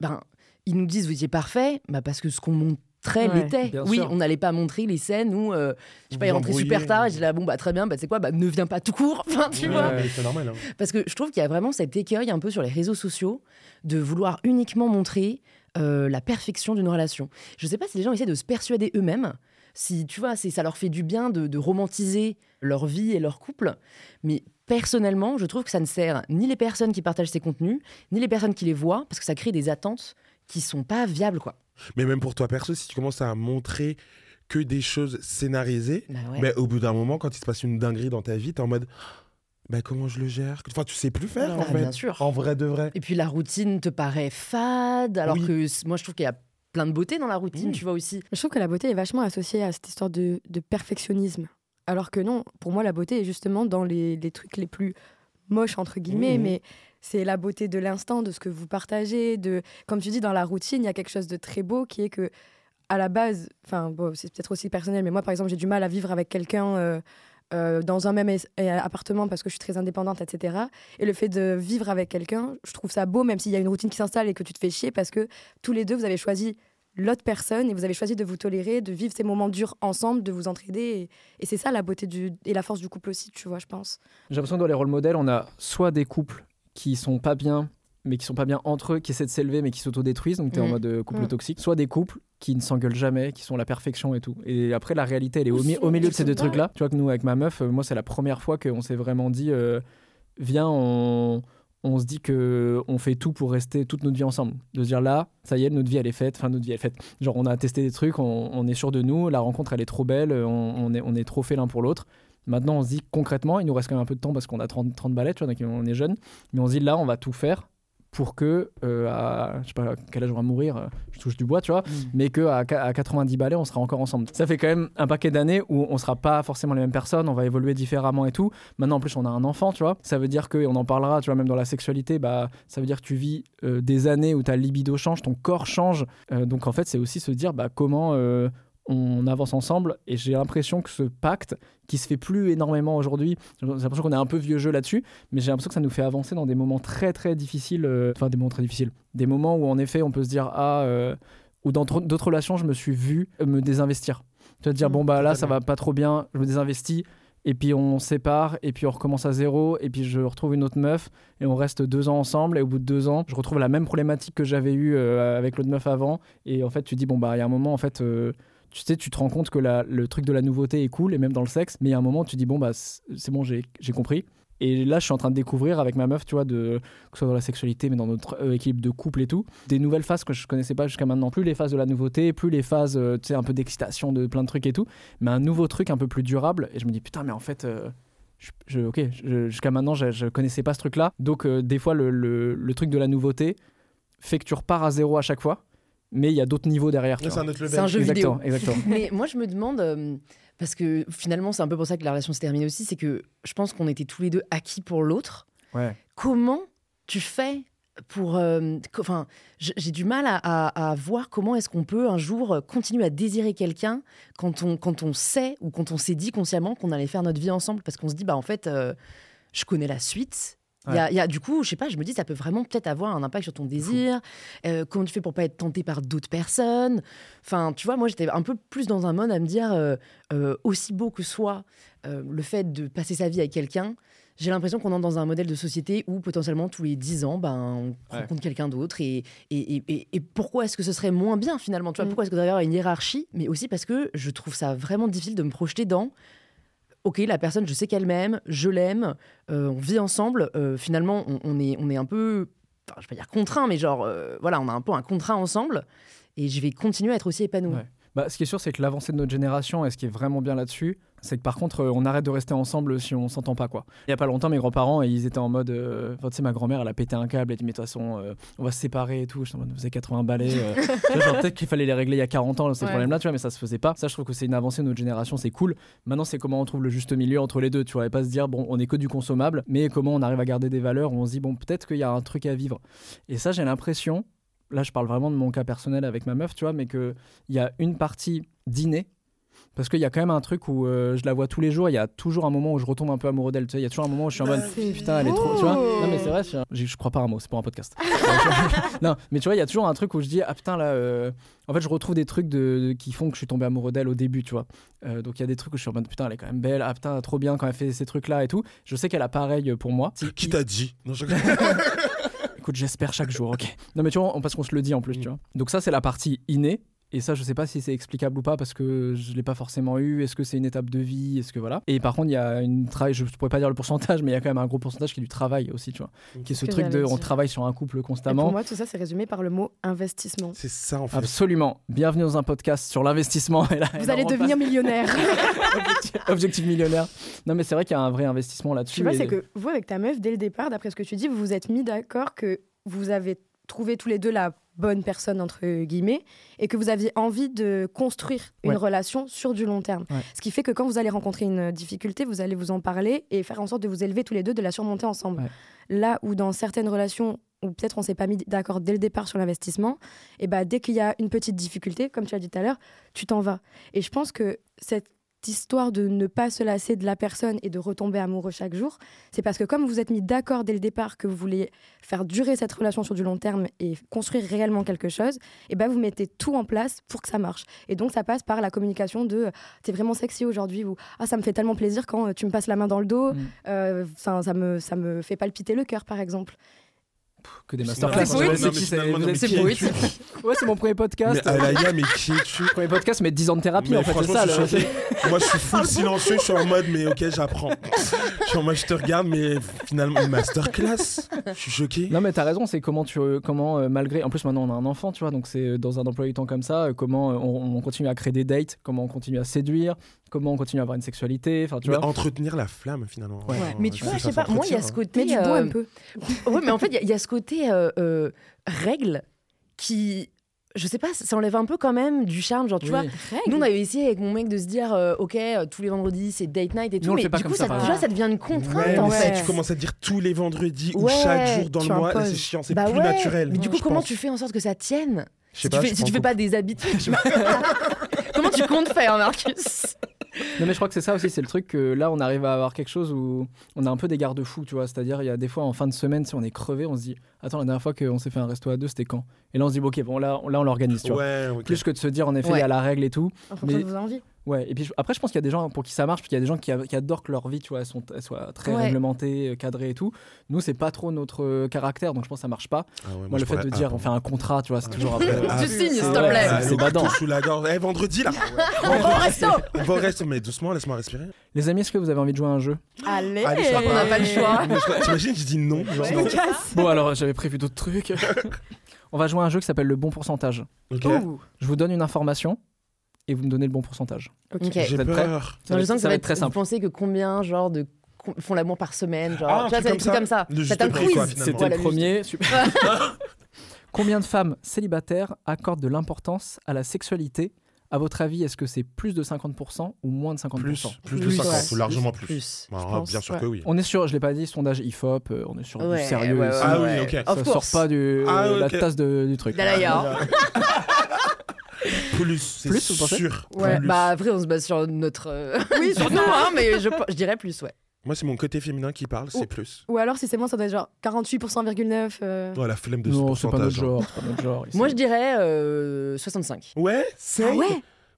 S4: Ben, ils nous disent, vous étiez parfait, bah parce que ce qu'on montrait
S3: Ouais,
S4: l'était.
S1: bien
S4: Oui,
S1: sûr.
S4: on n'allait pas montrer les scènes où. euh, je sais pas, il rentrait super tard, et j'étais là, bon, bah très bien, bah c'est quoi, bah ne viens pas tout court, enfin, tu
S1: Ouais.
S4: vois.
S1: mais
S2: C'est normal. hein.
S4: Parce que je trouve qu'il y a vraiment cet écueil un peu sur les réseaux sociaux de vouloir uniquement montrer euh, la perfection d'une relation. Je sais pas si les gens essaient de se persuader eux-mêmes, si tu vois, c'est- ça leur fait du bien de, de romantiser leur vie et leur couple, mais personnellement, je trouve que ça ne sert ni les personnes qui partagent ces contenus, ni les personnes qui les voient, parce que ça crée des attentes qui sont pas viables, quoi.
S2: Mais même pour toi perso, si tu commences à montrer que des choses scénarisées,
S4: Bah ouais.
S2: ben, au bout d'un moment, quand il se passe une dinguerie dans ta vie, t'es en mode bah, comment je le gère Enfin, tu sais plus faire
S4: Ah,
S2: en fait.
S4: bien sûr.
S2: En vrai de vrai.
S4: Et puis la routine te paraît fade, alors
S2: Oui.
S4: que c- moi je trouve qu'il y a plein de beauté dans la routine,
S2: Mmh.
S4: tu vois aussi.
S3: Je trouve que la beauté est vachement associée à cette histoire de, de perfectionnisme. Alors que non, pour moi, la beauté est justement dans les, les trucs les plus moches, entre guillemets,
S2: Mhm.
S3: mais c'est la beauté de l'instant, de ce que vous partagez. De... Comme tu dis, dans la routine, il y a quelque chose de très beau qui est que, à la base, enfin, bon, c'est peut-être aussi personnel, mais moi, par exemple, j'ai du mal à vivre avec quelqu'un. euh, euh, dans un même es- euh, appartement parce que je suis très indépendante, etc. Et le fait de vivre avec quelqu'un, je trouve ça beau, même s'il y a une routine qui s'installe et que tu te fais chier parce que tous les deux, vous avez choisi l'autre personne et vous avez choisi de vous tolérer, de vivre ces moments durs ensemble, de vous entraider. Et, et c'est ça la beauté du, et la force du couple aussi, tu vois, je pense.
S1: J'ai l'impression que dans les rôles modèles, on a soit des couples qui sont pas bien, mais qui sont pas bien entre eux, qui essaient de s'élever, mais qui s'autodétruisent, donc t'es en
S4: Mhm.
S1: mode euh, couple
S3: Mhm.
S1: toxique, soit des couples qui ne s'engueulent jamais, qui sont la perfection et tout. Et après, la réalité, elle est au,
S3: Ou
S1: mi-
S3: sont-
S1: au milieu
S3: ils
S1: de ces
S3: sont
S1: deux
S3: pas-
S1: trucs-là. Tu vois que nous, avec ma meuf, euh, moi, c'est la première fois qu'on s'est vraiment dit, euh, viens, on. On se dit que on fait tout pour rester toute notre vie ensemble. De se dire là, ça y est, notre vie elle est faite. Enfin, notre vie elle est faite. Genre, on a testé des trucs, on, on est sûr de nous. La rencontre elle est trop belle. On, on est, on est trop fait l'un pour l'autre. Maintenant, on se dit concrètement, il nous reste quand même un peu de temps parce qu'on a 30, 30 balais, tu vois, donc on est jeune. Mais on se dit là, on va tout faire pour que, euh, à, je sais pas à quel âge on va mourir, euh, je touche du bois, tu vois, mais que à, qua- à 90 balais, on sera encore ensemble. Ça fait quand même un paquet d'années où on sera pas forcément les mêmes personnes, on va évoluer différemment et tout. Maintenant, en plus, on a un enfant, tu vois. Ça veut dire que, et on en parlera, tu vois, même dans la sexualité, bah, ça veut dire que tu vis euh, des années où ta libido change, ton corps change. Euh, donc en fait, c'est aussi se dire bah, comment euh, on avance ensemble. Et j'ai l'impression que ce pacte, qui se fait plus énormément aujourd'hui. J'ai l'impression qu'on est un peu vieux jeu là-dessus, mais j'ai l'impression que ça nous fait avancer dans des moments très très difficiles. euh, Enfin, des moments très difficiles. Des moments où en effet on peut se dire ah, euh, ou dans tro- d'autres relations, je me suis vu euh, me désinvestir. Tu vas te dire
S3: Mm,
S1: bon bah là ça va pas trop bien, je me désinvestis. Et puis on se sépare, et puis on recommence à zéro, et puis je retrouve une autre meuf, et on reste deux ans ensemble, et au bout de deux ans, je retrouve la même problématique que j'avais eue euh, avec l'autre meuf avant, et en fait tu dis, bon bah il y a un moment, en fait, euh, tu sais, tu te rends compte que la- le truc de la nouveauté est cool, et même dans le sexe, mais il y a un moment, tu dis, bon, bah, c'est c'est bon, j'ai j'ai compris. Et là, je suis en train de découvrir avec ma meuf, tu vois, de, que ce soit dans la sexualité, mais dans notre euh, équilibre de couple et tout, des nouvelles phases que je connaissais pas jusqu'à maintenant. Plus les phases de la nouveauté, plus les phases, euh, tu sais, un peu d'excitation, de plein de trucs et tout, mais un nouveau truc un peu plus durable. Et je me dis, putain, mais en fait. euh, je, je- ok, je- jusqu'à maintenant, je, je connaissais pas ce truc-là. Donc, euh, des fois, le- le- le truc de la nouveauté fait que tu repars à zéro à chaque fois, mais il y a d'autres niveaux derrière. tu
S2: C'est
S1: vois.
S2: un autre level.
S4: C'est un jeu vidéo.
S1: Exactement, exactement.
S4: [LAUGHS] Mais moi, je me demande, euh, parce que finalement, c'est un peu pour ça que la relation s'est terminée aussi, c'est que je pense qu'on était tous les deux acquis pour l'autre.
S1: Ouais.
S4: Comment tu fais pour. euh, co- Enfin, j- j'ai du mal à, à- à voir comment est-ce qu'on peut un jour euh, continuer à désirer quelqu'un quand on, quand on sait ou quand on s'est dit consciemment qu'on allait faire notre vie ensemble, parce qu'on se dit, bah en fait, euh, je connais la suite. Il y a- il y a- du coup, je sais pas, je me dis, ça peut vraiment peut-être avoir un impact sur ton désir. Euh, comment tu fais pour pas être tenté par d'autres personnes Enfin, tu vois, moi, j'étais un peu plus dans un mode à me dire, euh, euh, aussi beau que soit euh, le fait de passer sa vie avec quelqu'un, j'ai l'impression qu'on entre dans un modèle de société où potentiellement tous les 10 ans, ben, on
S1: Ouais.
S4: rencontre quelqu'un d'autre. Et, et, et- et- et pourquoi est-ce que ce serait moins bien finalement tu vois,
S3: Mm.
S4: Pourquoi est-ce que d'ailleurs une hiérarchie Mais aussi parce que je trouve ça vraiment difficile de me projeter dans. Ok, la personne, je sais qu'elle m'aime, je l'aime, euh, on vit ensemble. euh, finalement, on, on est, on est un peu, enfin, je vais pas dire contraint, mais genre, euh, voilà, on a un peu un contrat ensemble. Et je vais continuer à être aussi épanouie.
S1: Ouais. Bah, ce qui est sûr, c'est que l'avancée de notre génération, et ce qui est vraiment bien là-dessus, c'est que par contre, euh, on arrête de rester ensemble si on s'entend pas. quoi. Il y a pas longtemps, mes grands-parents, ils étaient en mode. euh, Enfin, tu sais, ma grand-mère, elle a pété un câble, elle dit, mais de toute façon, euh, on va se séparer et tout. Je suis en mode, vous avez 80 balais. euh. Tu vois, genre, peut-être qu'il fallait les régler il y a 40 ans, ces
S3: Ouais.
S1: problèmes-là, tu vois, mais ça se faisait pas. Ça, je trouve que c'est une avancée de notre génération, c'est cool. Maintenant, c'est comment on trouve le juste milieu entre les deux, tu vois, et pas se dire, bon, on est que du consommable, mais comment on arrive à garder des valeurs où on se dit, bon, peut-être qu'il y a un truc à vivre. Et ça, j'ai l'impression. Là, je parle vraiment de mon cas personnel avec ma meuf, tu vois, mais que il y a une partie dîner. Parce qu'il y a quand même un truc où euh, je la vois tous les jours, il y a toujours un moment où je retombe un peu amoureux d'elle. Tu sais, il y a toujours un moment où je suis en mode putain, elle est trop. Tu vois Non, mais c'est vrai, je, suis un- je- je crois pas un mot, c'est pour un podcast. [LAUGHS] non, mais tu vois, il y a toujours un truc où je dis ah putain, là, euh, en fait, je retrouve des trucs de, de- qui font que je suis tombé amoureux d'elle au début, tu vois. Euh, donc il y a des trucs où je suis en mode putain, elle est quand même belle, ah putain, trop bien quand elle fait ces trucs-là et tout. Je sais qu'elle a pareil euh, pour moi.
S2: Qui t'a dit Non, je-
S4: [LAUGHS]
S1: Écoute, j'espère chaque jour, ok. Non, mais tu vois, on- parce qu'on se le dit en plus,
S2: Mm.
S1: tu vois. Donc, ça, c'est la partie innée. Et ça, je sais pas si c'est explicable ou pas parce que je l'ai pas forcément eu. Est-ce que c'est une étape de vie Est-ce que voilà Et par contre, il y a une travail, je pourrais pas dire le pourcentage, mais il y a quand même un gros pourcentage qui est du travail aussi, tu vois.
S2: Mm.
S1: Qui est ce
S3: que
S1: truc de
S3: j'allais
S1: on
S3: dire.
S1: travaille sur un couple
S3: Et pour
S1: constamment.
S3: moi, tout ça, c'est résumé par le mot investissement.
S2: C'est ça, en fait.
S1: Absolument. Bienvenue dans un podcast sur l'investissement. [LAUGHS] Et là,
S3: Vous
S1: elle
S3: allez
S1: en repasse.
S3: devenir millionnaire.
S1: Objectif- [LAUGHS] Objectif millionnaire. Non, mais c'est vrai qu'il y a un vrai investissement
S3: Tu
S1: là-dessus.
S3: vois,
S1: et-
S3: c'est que vous, avec ta meuf, dès le départ, d'après ce que tu dis, vous vous êtes mis d'accord que vous avez trouvé tous les deux la bonne personne, entre guillemets, et que vous aviez envie de construire une
S1: Ouais.
S3: relation sur du long terme.
S1: Ouais.
S3: Ce qui fait que quand vous allez rencontrer une difficulté, vous allez vous en parler et faire en sorte de vous élever tous les deux, de la surmonter ensemble.
S1: Ouais.
S3: Là où dans certaines relations où peut-être on s'est pas mis d'accord dès le départ sur l'investissement, et bah dès qu'il y a une petite difficulté, comme tu as dit tout à l'heure, tu t'en vas. Et je pense que cette cette histoire de ne pas se lasser de la personne et de retomber amoureux chaque jour, c'est parce que comme vous êtes mis d'accord dès le départ que vous voulez faire durer cette relation sur du long terme et construire réellement quelque chose, et ben vous mettez tout en place pour que ça marche. Et donc ça passe par la communication de euh, t'es vraiment sexy aujourd'hui ou ah ça me fait tellement plaisir quand euh, tu me passes la main dans le dos,
S1: Mm.
S3: euh, ça, ça me ça me fait palpiter le cœur par exemple.
S1: Que des
S2: C'est
S1: masterclass.
S4: poétique.
S1: hein,
S4: Non, mais
S1: c'est qui, c'est-
S2: finalement, non,
S1: vous
S2: [LAUGHS] mais
S1: êtes-
S2: qui
S1: c'est
S2: es-tu
S1: poétique. Ouais, c'est mon premier podcast.
S2: Mais Alaya, mais qui [LAUGHS] es-tu
S1: Premier podcast, mais 10 ans de thérapie
S2: Mais
S1: en fait, c'est
S2: franchement,
S1: ça.
S2: je
S1: le-
S2: suis choqué. Moi, je [LAUGHS] suis full silencieux. Je suis en mode, mais ok, j'apprends. Je suis en mode, je te regarde, mais finalement, une masterclass. Je suis choqué.
S1: Non mais t'as raison, c'est comment tu euh, comment euh, malgré en plus maintenant on a un enfant tu vois donc c'est euh, dans un emploi du temps comme ça euh, comment euh, on, on continue à créer des dates, comment on continue à séduire, comment on continue à avoir une sexualité, enfin tu
S2: Mais
S1: vois.
S2: entretenir la flamme, finalement.
S1: Ouais.
S2: Genre,
S4: Mais tu vois,
S2: ça
S4: je sais pas, moi, il y a ce
S2: s'entretient,
S4: côté.
S3: Mais du bon
S4: euh,
S3: un peu.
S4: Ouais, mais en fait, il y a- il y, a ce côté euh, euh, règle qui. Je sais pas, ça enlève un peu quand même du charme. Genre, tu
S1: Oui.
S4: vois, nous, on avait essayé avec mon mec de se dire, euh, OK, euh, tous les vendredis, c'est date night et
S1: Nous,
S4: tout.
S1: on le
S4: mais
S1: fait pas
S4: du
S1: comme
S4: coup,
S1: ça,
S4: ça,
S1: par
S4: tu vois, ça devient
S2: hein.
S4: une contrainte,
S2: Ouais,
S4: en
S2: mais
S4: fait.
S2: si tu commences à dire tous les vendredis ou
S4: Ouais,
S2: chaque jour dans
S3: tu
S2: le mois,
S3: imposes.
S2: c'est chiant, c'est
S4: Bah
S2: plus
S4: ouais,
S2: naturel.
S4: Mais du coup,
S2: je
S4: comment
S2: pense.
S4: tu fais en sorte que ça tienne
S2: Je
S4: Si
S2: sais
S4: tu
S2: pas,
S4: fais,
S2: je
S4: si tu
S2: pense
S4: fais pas des habitudes, tu vois. Comment tu comptes faire, Marcus
S1: Non mais je crois que c'est ça aussi, c'est le truc que là on arrive à avoir quelque chose où on a un peu des garde-fous, tu vois, c'est-à-dire il y a des fois en fin de semaine si on est crevé, on se dit attends la dernière fois qu'on s'est fait un resto à deux, c'était quand Et là on se dit bon, OK, bon là on, là, on l'organise, tu vois.
S2: Ouais, ok.
S1: Plus que de se dire en effet il
S4: Ouais.
S1: y a la règle et tout.
S3: En fonction
S1: mais-
S3: de vos envies.
S1: Ouais, et puis je- après, je pense qu'il y a des gens pour qui ça marche, puis il y a des gens qui, a- qui adorent que leur vie, tu vois, elles, sont, elles soient très
S4: Ouais.
S1: réglementées, euh, cadrées et tout. Nous, c'est pas trop notre euh, caractère, donc je pense que ça marche pas.
S2: Ah ouais, moi,
S1: Moi,
S2: je
S1: le fait
S2: pourrais-
S1: de
S2: ah,
S1: dire
S2: bon.
S1: on fait un contrat, tu vois, c'est
S2: Ah.
S1: toujours un
S2: Ouais,
S1: peu. euh,
S2: ah.
S4: [LAUGHS] Tu signes, s'il
S1: c'est-
S4: te plaît.
S1: ouais, c'est
S2: le
S1: badant.
S2: couteau sous la gorge. Eh, vendredi là
S4: On va au resto
S2: On va au resto, mais doucement, laisse-moi respirer.
S1: Les amis, est-ce que vous avez envie de jouer à un jeu
S3: Allez,
S2: Allez, je crois qu'on n'a
S4: pas
S3: [LAUGHS]
S4: le choix.
S2: [LAUGHS] Mais je- T'imagines, je dis non. genre, non.
S1: Bon, alors j'avais prévu d'autres trucs. on va jouer à un jeu qui s'appelle le bon pourcentage.
S2: Ok.
S3: Ouh.
S1: Je vous donne une information et vous me donnez le bon pourcentage.
S4: Ok.
S3: Ok.
S1: Vous
S2: J'ai
S1: êtes prêts
S2: peur.
S1: Ça va être- ça va être très
S4: Vous
S1: simple.
S4: pensez que combien, genre, de com- font l'amour par semaine genre,
S2: Ah, un
S4: Tu vois,
S2: truc
S4: ça va
S2: comme
S4: être tout comme ça.
S2: Le
S4: C'est
S2: juste
S4: un
S2: prix,
S4: quiz.
S2: quoi,
S1: C'était
S2: finalement.
S4: Voilà,
S1: le
S4: juste.
S1: premier. Super. [LAUGHS] Combien de femmes célibataires accordent de l'importance à la sexualité À votre avis, est-ce que c'est plus de 50% ou moins de 50%
S2: Plus, plus de
S4: Plus,
S2: 50,
S4: ouais.
S2: ou largement plus.
S4: Plus.
S2: Ah,
S3: je pense,
S2: bien sûr
S3: ouais.
S2: que oui.
S1: On est sur, je l'ai pas dit, sondage IFOP, euh, on est sur
S4: Ouais,
S1: du sérieux.
S4: ouais,
S1: ici.
S4: ouais,
S2: Ah oui,
S4: ouais.
S2: ok.
S4: Of
S1: Ça
S4: course.
S1: sort pas du,
S2: Ah,
S1: la
S2: ok.
S1: tasse de- du truc.
S4: Dalaya.
S2: Plus, c'est
S1: Plus, vous pensez
S2: sûr.
S4: Ouais,
S2: Plus.
S4: bah après on se base sur notre euh, [LAUGHS] oui sur nous hein, mais je, je dirais plus ouais.
S2: Moi, c'est mon côté féminin qui parle,
S3: Ouh.
S2: c'est plus.
S3: Ou alors si c'est moi ça doit être genre 48,9. euh,
S2: Toi, la flemme de ce
S1: Non, c'est pas notre
S2: pourcentage. hein.
S1: genre. c'est pas notre genre ici.
S4: Moi je dirais euh, 65.
S2: Ouais, c'est.
S3: Ah ouais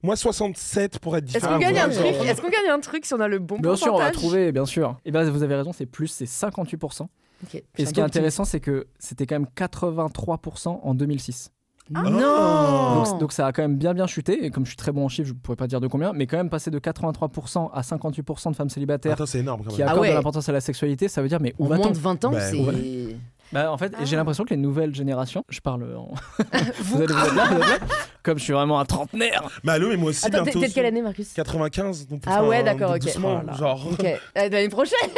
S2: Moi, 67 pour être
S4: Est-ce
S2: différent.
S4: qu'on gagne
S2: ouais,
S4: un
S2: genre.
S4: truc Est-ce qu'on gagne un truc si on a le bon
S1: Bien sûr, on va
S4: pourcentage
S1: trouver, bien sûr. Et ben, vous avez raison, c'est plus, c'est 58%.
S4: Ok.
S1: Et
S4: C'est
S1: ce qui est
S4: un peu
S1: intéressant, c'est que c'était quand même 83% en 2006.
S4: optimiste.
S2: Ah.
S4: Non.
S1: Donc, donc ça a quand même bien bien chuté. Et comme je suis très bon en chiffres, je ne pourrais pas dire de combien, mais quand même passer de 83% à 58% de femmes célibataires
S2: Attends, c'est énorme quand
S1: qui
S2: même.
S4: a-
S1: accordent
S4: Ah ouais.
S1: de l'importance à la sexualité, ça veut dire mais où
S4: en moins
S1: va-t-on
S4: de 20 ans,
S2: Bah,
S4: c'est [LAUGHS]
S2: ouais.
S1: Bah, en fait,
S3: Ah.
S1: j'ai l'impression que les nouvelles générations, je parle en. [LAUGHS] vous, allez vous êtes là, vous êtes là Comme je suis vraiment un trentenaire
S2: Mais allô, mais Bah, moi aussi,
S4: Attends, t'es
S2: bientôt.
S4: t'es de quelle année Marcus
S2: 95, donc
S4: Ah ouais,
S2: enfin,
S4: d'accord, ok.
S2: doucement,
S1: Oh là là.
S2: genre.
S4: OK. Euh, L'année prochaine.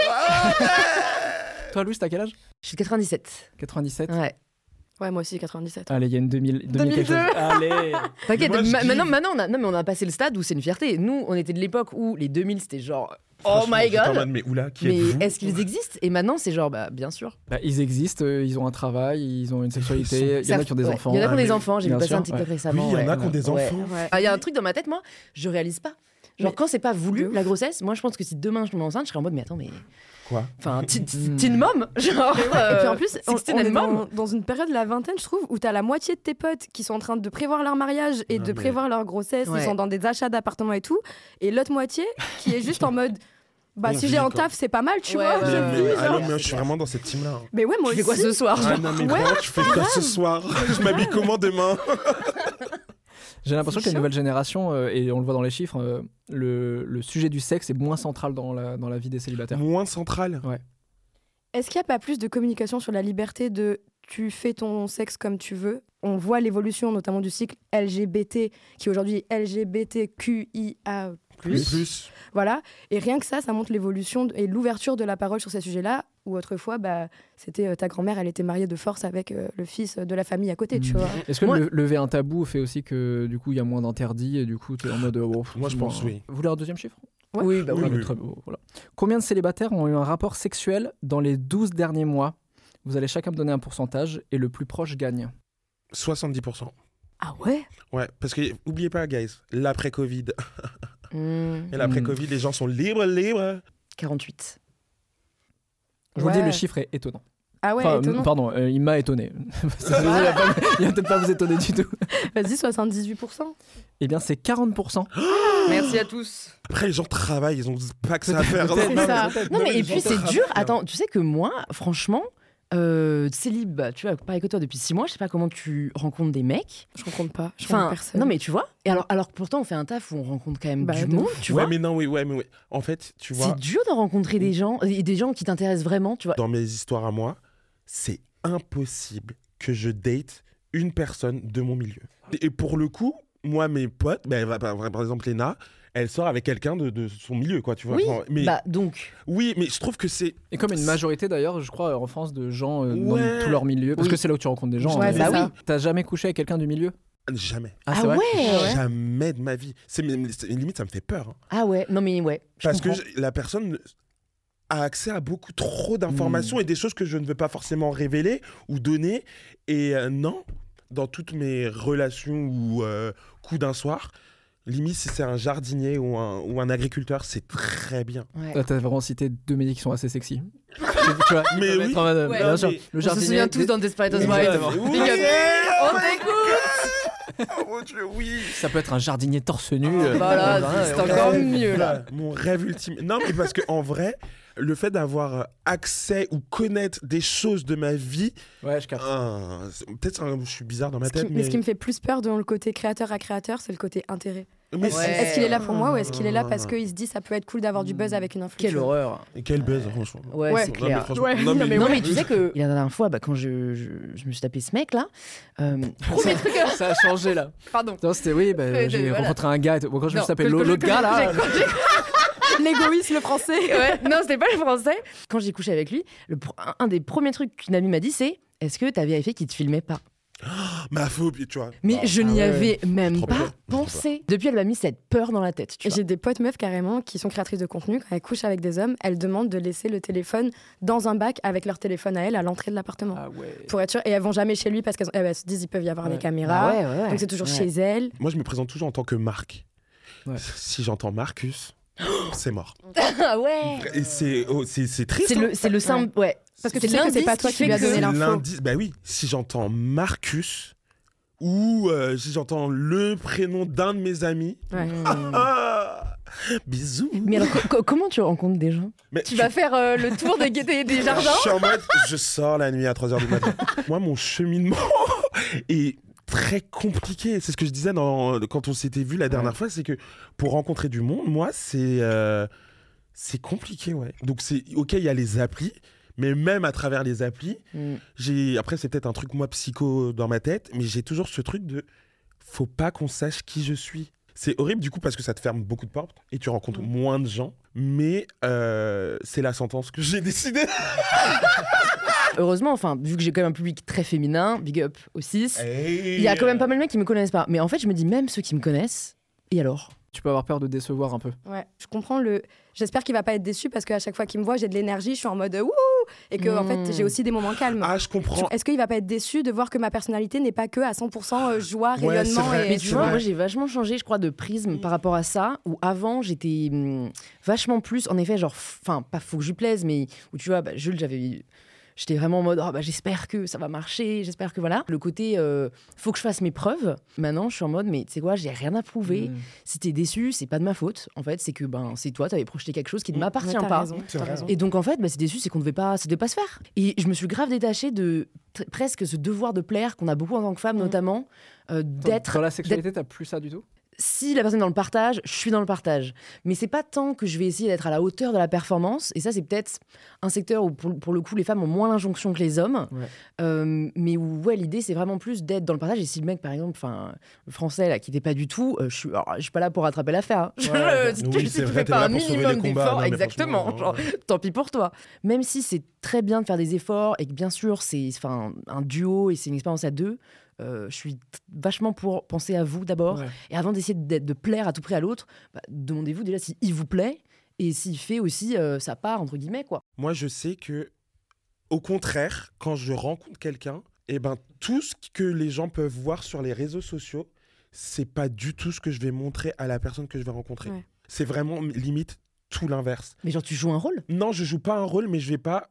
S1: Toi, Louis, t'as quel âge
S4: Je suis de 97.
S1: 97
S4: Ouais.
S3: Ouais, moi aussi 97.
S1: Allez, il y a une 2000, 2000 quelque
S4: 2002.
S1: chose. Ah. Allez
S4: T'inquiète,
S2: Mais moi, je
S4: ma-
S2: dis-
S4: maintenant maintenant on a non mais on a passé le stade où c'est une fierté. Nous, on était de l'époque où les 2000 c'était genre oh
S2: Franchement,
S4: my
S2: j'étais en
S4: god.
S2: mode, mais oula, qui
S4: Mais
S2: êtes-vous
S4: est-ce qu'ils existent Et maintenant c'est genre bah bien sûr.
S1: Bah, Ils existent, euh, ils ont un travail, ils ont une sexualité. Il y en a qui ont des
S4: Ouais.
S1: enfants.
S4: Il y en a qui ont
S2: Ah,
S4: des
S2: mais-
S4: enfants, j'ai vu
S1: bien
S4: passer
S1: sûr,
S4: un TikTok
S1: ouais.
S2: Oui,
S4: récemment.
S2: il y en a
S4: ouais.
S2: qui ont des
S4: Ouais.
S2: enfants.
S3: Ouais.
S4: Ah, Il y a un truc dans ma tête, moi, je réalise pas. Genre,
S3: Mais-
S4: quand c'est pas
S3: De
S4: voulu,
S3: ouf.
S4: la grossesse, moi, je pense que si demain je tombe enceinte, je serais en mode, mais attends, mais.
S2: Quoi
S4: Enfin, ti- ti-
S1: Hmm.
S4: teen mom Genre.
S3: Et puis
S4: euh,
S3: en plus, on,
S4: 16
S3: on
S4: and
S3: est
S4: mom.
S3: dans, dans une période de la vingtaine, je trouve, où t'as la moitié de tes potes qui sont en train de prévoir leur mariage et
S2: Non,
S3: de
S2: mais-
S3: prévoir leur grossesse,
S4: Ouais.
S3: ils sont dans des achats d'appartements et tout, et l'autre moitié qui est juste en mode, bah
S2: On
S3: si
S2: vit,
S3: j'ai un
S2: quoi.
S3: taf, c'est pas mal, tu
S4: Ouais,
S3: vois.
S4: ouais,
S3: je
S4: ouais,
S2: Mais
S3: vis,
S4: ouais.
S3: genre.
S2: allô, mais je suis vraiment dans cette team-là. hein.
S3: Mais ouais, moi aussi.
S4: Tu fais quoi ce soir
S2: Ah non, mais vraiment, tu fais quoi ce soir Je m'habille comment demain
S1: J'ai l'impression
S3: C'est
S1: que les
S3: chaud.
S1: nouvelles générations, euh, et on le voit dans les chiffres, euh, le, le sujet du sexe est moins central dans la, dans la vie des célibataires.
S2: Moins central.
S3: Est-ce qu'il n'y a pas plus de communication sur la liberté de tu fais ton sexe comme tu veux On voit l'évolution notamment du cycle LGBT, qui aujourd'hui est LGBTQIA.
S2: Plus. Plus.
S3: E. Voilà. Et rien que ça, ça montre l'évolution et l'ouverture de la parole sur ces sujets-là, où autrefois, bah, c'était euh, ta grand-mère, elle était mariée de force avec euh, le fils de la famille à côté, tu
S1: Mm.
S3: vois.
S1: Est-ce que
S4: Moi-
S1: le- lever un tabou fait aussi que du coup il y a moins d'interdits et du coup tu es en mode. euh, oh, pff,
S2: Moi, je
S1: bon,
S2: pense, oui.
S1: Vous voulez un deuxième chiffre
S4: Ouais. Oui, bah
S2: Oui,
S1: Ah,
S2: oui.
S1: mais très beau, voilà. Combien de célibataires ont eu un rapport sexuel dans les 12 derniers mois Vous allez chacun me donner un pourcentage et le plus proche gagne.
S2: 70%.
S3: Ah ouais
S2: Ouais, parce que oubliez pas, guys, l'après-Covid, [LAUGHS]
S4: Mmh.
S2: Et là, après
S1: Mm.
S2: Covid, les gens sont libres, libres.
S4: 48.
S1: Je vous dis,
S3: Ouais.
S1: le chiffre est étonnant.
S3: Ah ouais,
S1: Enfin,
S3: étonnant.
S1: pardon, euh, il m'a étonné. [LAUGHS] C'est désolé, il va pas- il va peut-être pas vous étonner du tout.
S3: Vas-y, 78%.
S1: Eh bien, c'est 40%.
S5: Merci à tous.
S2: Après, les gens travaillent, ils ont pas que ça à faire.
S1: Peut-être,
S2: Non,
S3: c'est
S2: mais-
S3: ça.
S1: peut-être.
S4: Non, mais
S2: les
S4: et
S2: gens
S4: puis c'est
S2: travaillent.
S4: dur. Attends, tu sais que moi, franchement, euh, célib, bah, tu vois, pareil que toi depuis 6 mois, je sais pas comment tu rencontres des mecs.
S3: Je rencontre pas. Je rencontre
S4: Enfin,
S3: personne.
S4: non mais tu vois. Et alors, alors que pourtant on fait un taf où on rencontre quand même
S3: Bah,
S4: du
S3: de
S4: monde, tu
S2: ouais,
S4: vois.
S2: mais non, oui, ouais, mais oui. En fait, tu vois,
S4: C'est dur de rencontrer des gens, et des gens qui t'intéressent vraiment, tu vois.
S2: dans mes histoires à moi, c'est impossible que je date une personne de mon milieu. Et pour le coup, moi, mes potes, ben, va- par par exemple, Léna, elle sort avec quelqu'un de, de son milieu, quoi, tu vois.
S4: Oui,
S2: Enfin, mais,
S4: Bah donc,
S2: oui, mais je trouve que c'est.
S1: Et comme une majorité d'ailleurs, je crois, en France, de gens euh,
S2: Ouais.
S1: dans tout leur milieu, parce
S4: Oui.
S1: que c'est là où tu rencontres des gens.
S3: Ouais,
S1: hein,
S3: c'est
S1: mais-
S3: ça.
S1: T'as jamais couché avec quelqu'un du milieu
S2: Jamais.
S4: ah ouais,
S2: Jamais de ma vie. C'est c'est- limite, ça me fait peur. hein.
S4: ah ouais, non mais ouais. je
S2: Parce que
S4: comprends.
S2: je- la personne a accès à beaucoup trop d'informations
S4: Hmm.
S2: et des choses que je ne veux pas forcément révéler ou donner. Et euh, non, dans toutes mes relations ou euh, coups d'un soir, limite si c'est un jardinier ou un, ou un agriculteur, c'est très bien.
S4: Ouais.
S1: Là, T'as vraiment cité deux métiers qui sont assez sexy. tu tu vois, ils
S2: Mais
S1: peuvent
S2: oui.
S1: être en mode-
S5: Ouais.
S1: bien sûr,
S2: Non, mais-
S1: le
S4: On se
S1: jardinier.
S4: souvient tous
S1: des-
S4: dans Desperate
S1: Oui,
S4: Housewives. Oh
S1: exactement.
S4: Big up.
S5: On t'écoute.
S2: Oh mon Dieu, oui
S1: Ça peut être un jardinier torse nu. euh,
S5: voilà,
S1: dans un-
S5: c'est
S1: euh,
S5: encore
S1: ouais.
S5: mieux, là.
S2: Voilà, Mon rêve ultime. Non, mais parce que en vrai, le fait d'avoir accès ou connaître des choses de ma vie,
S1: Ouais, je capte.
S2: ah, c'est- peut-être euh, je suis bizarre dans ma
S3: Ce qui-
S2: tête,
S3: mais ce qui me fait plus peur dans le côté créateur à créateur, c'est le côté intérêt.
S2: Mais
S3: Est-ce
S2: c'est-
S4: Euh,
S3: est-ce qu'il est là pour moi ou est-ce qu'il est là parce qu'il se dit ça peut être cool d'avoir du buzz avec une influence
S4: Hmm. Quelle horreur.
S2: Et Quel buzz, franchement.
S4: Ouais,
S3: Ouais.
S4: c'est
S2: Non, mais
S4: clair.
S2: franchement,
S3: Ouais,
S2: non,
S3: non,
S2: mais,
S3: mais
S4: Non
S3: ouais.
S4: mais tu sais [LAUGHS] que la dernière fois, bah, quand je, je, je me suis tapé ce mec là, euh,
S1: Ça, ça a changé là.
S5: Pardon.
S1: Non, c'était oui, bah,
S5: Euh,
S1: j'ai
S5: voilà.
S1: rencontré un gars. et tout. Bon, quand je me
S5: Non,
S1: suis tapé
S5: que- que-
S1: l'au-
S5: que-
S1: l'autre
S5: que-
S1: gars là. euh,
S5: que-
S3: L'égoïsme [LAUGHS] français
S4: Ouais, non, c'était pas le français. Quand j'ai couché avec lui, le pr- un- un des premiers trucs qu'une amie m'a dit, c'est est-ce que t'as vérifié qu'il te filmait pas
S2: ma phobie, tu vois. Bah,
S4: Mais je n'y
S1: ouais,
S4: avais même
S2: Trop
S4: pas
S2: peur.
S4: pensé. Depuis, elle m'a mis cette peur dans la tête. Tu vois.
S3: J'ai des potes meufs carrément qui sont créatrices de contenu. Quand elles couchent avec des hommes, elles demandent de laisser le téléphone dans un bac avec leur téléphone à elles à l'entrée de l'appartement.
S1: Ah ouais.
S3: Pour être sûres. Et elles vont jamais chez lui parce qu'elles ont- eh ben, elles se disent ils peuvent y avoir
S1: Ouais.
S3: des caméras.
S4: Ah ouais, ouais, ouais.
S3: Donc c'est toujours
S4: Ouais.
S3: chez elles.
S2: Moi, je me présente toujours en tant que Marc.
S1: Ouais.
S2: Si j'entends Marcus, c'est mort.
S4: Ah ouais.
S2: Et c'est oh, c'est- c'est triste.
S4: C'est
S2: hein.
S4: le, c'est le simple. Ouais.
S3: Parce que
S4: C'est
S3: tu sais que c'est
S4: l'indice
S3: pas toi
S4: qui
S3: qui lui
S4: fait
S3: as
S4: que-
S3: donné
S2: C'est
S3: l'info.
S2: l'indice. Bah oui, si j'entends Marcus ou euh, si j'entends le prénom d'un de mes amis,
S3: Ouais.
S2: ah, bisous.
S4: Mais alors, co- co- comment tu rencontres des gens
S2: Mais
S4: Tu
S2: je-
S4: vas faire euh, le tour des, des, des [LAUGHS] jardins
S2: Je suis en mode, je sors la nuit à 3h du matin. Moi, mon cheminement [LAUGHS] est très compliqué. C'est ce que je disais dans- quand on s'était vu la dernière fois, c'est que pour rencontrer du monde, moi, c'est euh, c'est compliqué, ouais. Donc, c'est ok, il y a les applis, mais même à travers les applis,
S4: Mm.
S2: j'ai après, c'est peut-être un truc, moi, psycho dans ma tête, mais j'ai toujours ce truc de faut pas qu'on sache qui je suis. C'est horrible du coup parce que ça te ferme beaucoup de portes et tu rencontres moins de gens. Mais euh, c'est la sentence que j'ai décidée.
S4: Heureusement, enfin, vu que j'ai quand même un public très féminin, big up au
S2: Eh
S4: 6,
S2: Hey.
S4: il y a quand même pas mal de mecs qui me connaissent pas. Mais en fait, je me dis, même ceux qui me connaissent, et alors
S1: Tu peux avoir peur de décevoir un peu.
S3: Ouais. Je comprends le. J'espère qu'il va pas être déçu parce qu'à chaque fois qu'il me voit, j'ai de l'énergie, je suis en mode wouh et que en
S4: Mm.
S3: fait j'ai aussi des moments calmes.
S2: Ah, je comprends.
S3: Est-ce qu'il va pas être déçu de voir que ma personnalité n'est pas que à 100% euh, joie,
S2: Ah. Ouais, c'est
S3: rayonnement
S2: vrai.
S3: et
S4: Mais tu
S2: C'est
S4: vois,
S2: vrai.
S4: moi j'ai vachement changé, je crois, de prisme par rapport à ça, où avant j'étais hum, vachement plus, en effet, genre, enfin, pas faut que je lui plaise, mais où tu vois, bah, Jules, j'avais. J'étais vraiment en mode, Ah, bah, j'espère que ça va marcher, j'espère que voilà. Le côté, euh, faut que je fasse mes preuves. Maintenant, je suis en mode, mais tu sais quoi, j'ai rien à prouver.
S1: Mm.
S4: Si t'es déçu, c'est pas de ma faute. En fait, c'est que ben, c'est toi, t'avais projeté quelque chose qui ne m'appartient
S3: Ouais, t'as
S4: pas.
S3: raison,
S2: C'est
S3: t'as
S2: vrai.
S3: raison.
S4: Et donc en fait, bah, c'est déçu, c'est qu'on devait pas, ça devait pas se faire. Et je me suis grave détachée de t- presque ce devoir de plaire qu'on a beaucoup en tant que femme,
S3: Mhm.
S4: notamment euh, d'être.
S1: Dans la sexualité, t'as plus ça du tout.
S4: Si la personne est dans le partage, je suis dans le partage. Mais c'est pas tant que je vais essayer d'être à la hauteur de la performance. Et ça, c'est peut-être un secteur où pour, pour le coup les femmes ont moins l'injonction que les hommes.
S1: Ouais.
S4: Euh, mais où ouais, l'idée c'est vraiment plus d'être dans le partage. Et si le mec, par exemple, enfin, le français là, qui n'était pas du tout, euh, je suis, alors, je suis pas là pour rattraper l'affaire. hein. Je-
S2: Ouais,
S4: [LAUGHS] si
S2: oui,
S4: tu- si
S2: c'est
S4: tu
S2: vrai,
S4: fais
S2: t'es
S4: pas
S2: là
S4: un
S2: pour sauver les
S4: minimum
S2: combats. Non,
S4: d'effort,
S2: mais
S4: exactement.
S2: franchement,
S4: genre, tant pis pour toi. Même si c'est très bien de faire des efforts et que bien sûr c'est enfin un duo et c'est une expérience à deux, euh, je suis t- vachement pour penser à vous d'abord
S1: Ouais.
S4: et avant d'essayer d'être- de plaire à tout prix à l'autre, bah, demandez-vous déjà si il vous plaît et s'il fait aussi euh, sa part entre guillemets quoi.
S2: Moi, je sais que, au contraire, quand je rencontre quelqu'un, eh ben, tout ce que les gens peuvent voir sur les réseaux sociaux, c'est pas du tout ce que je vais montrer à la personne que je vais rencontrer.
S3: Ouais.
S2: c'est vraiment limite tout l'inverse.
S4: Mais genre, tu joues un rôle
S2: Non, je joue pas un rôle, mais je vais pas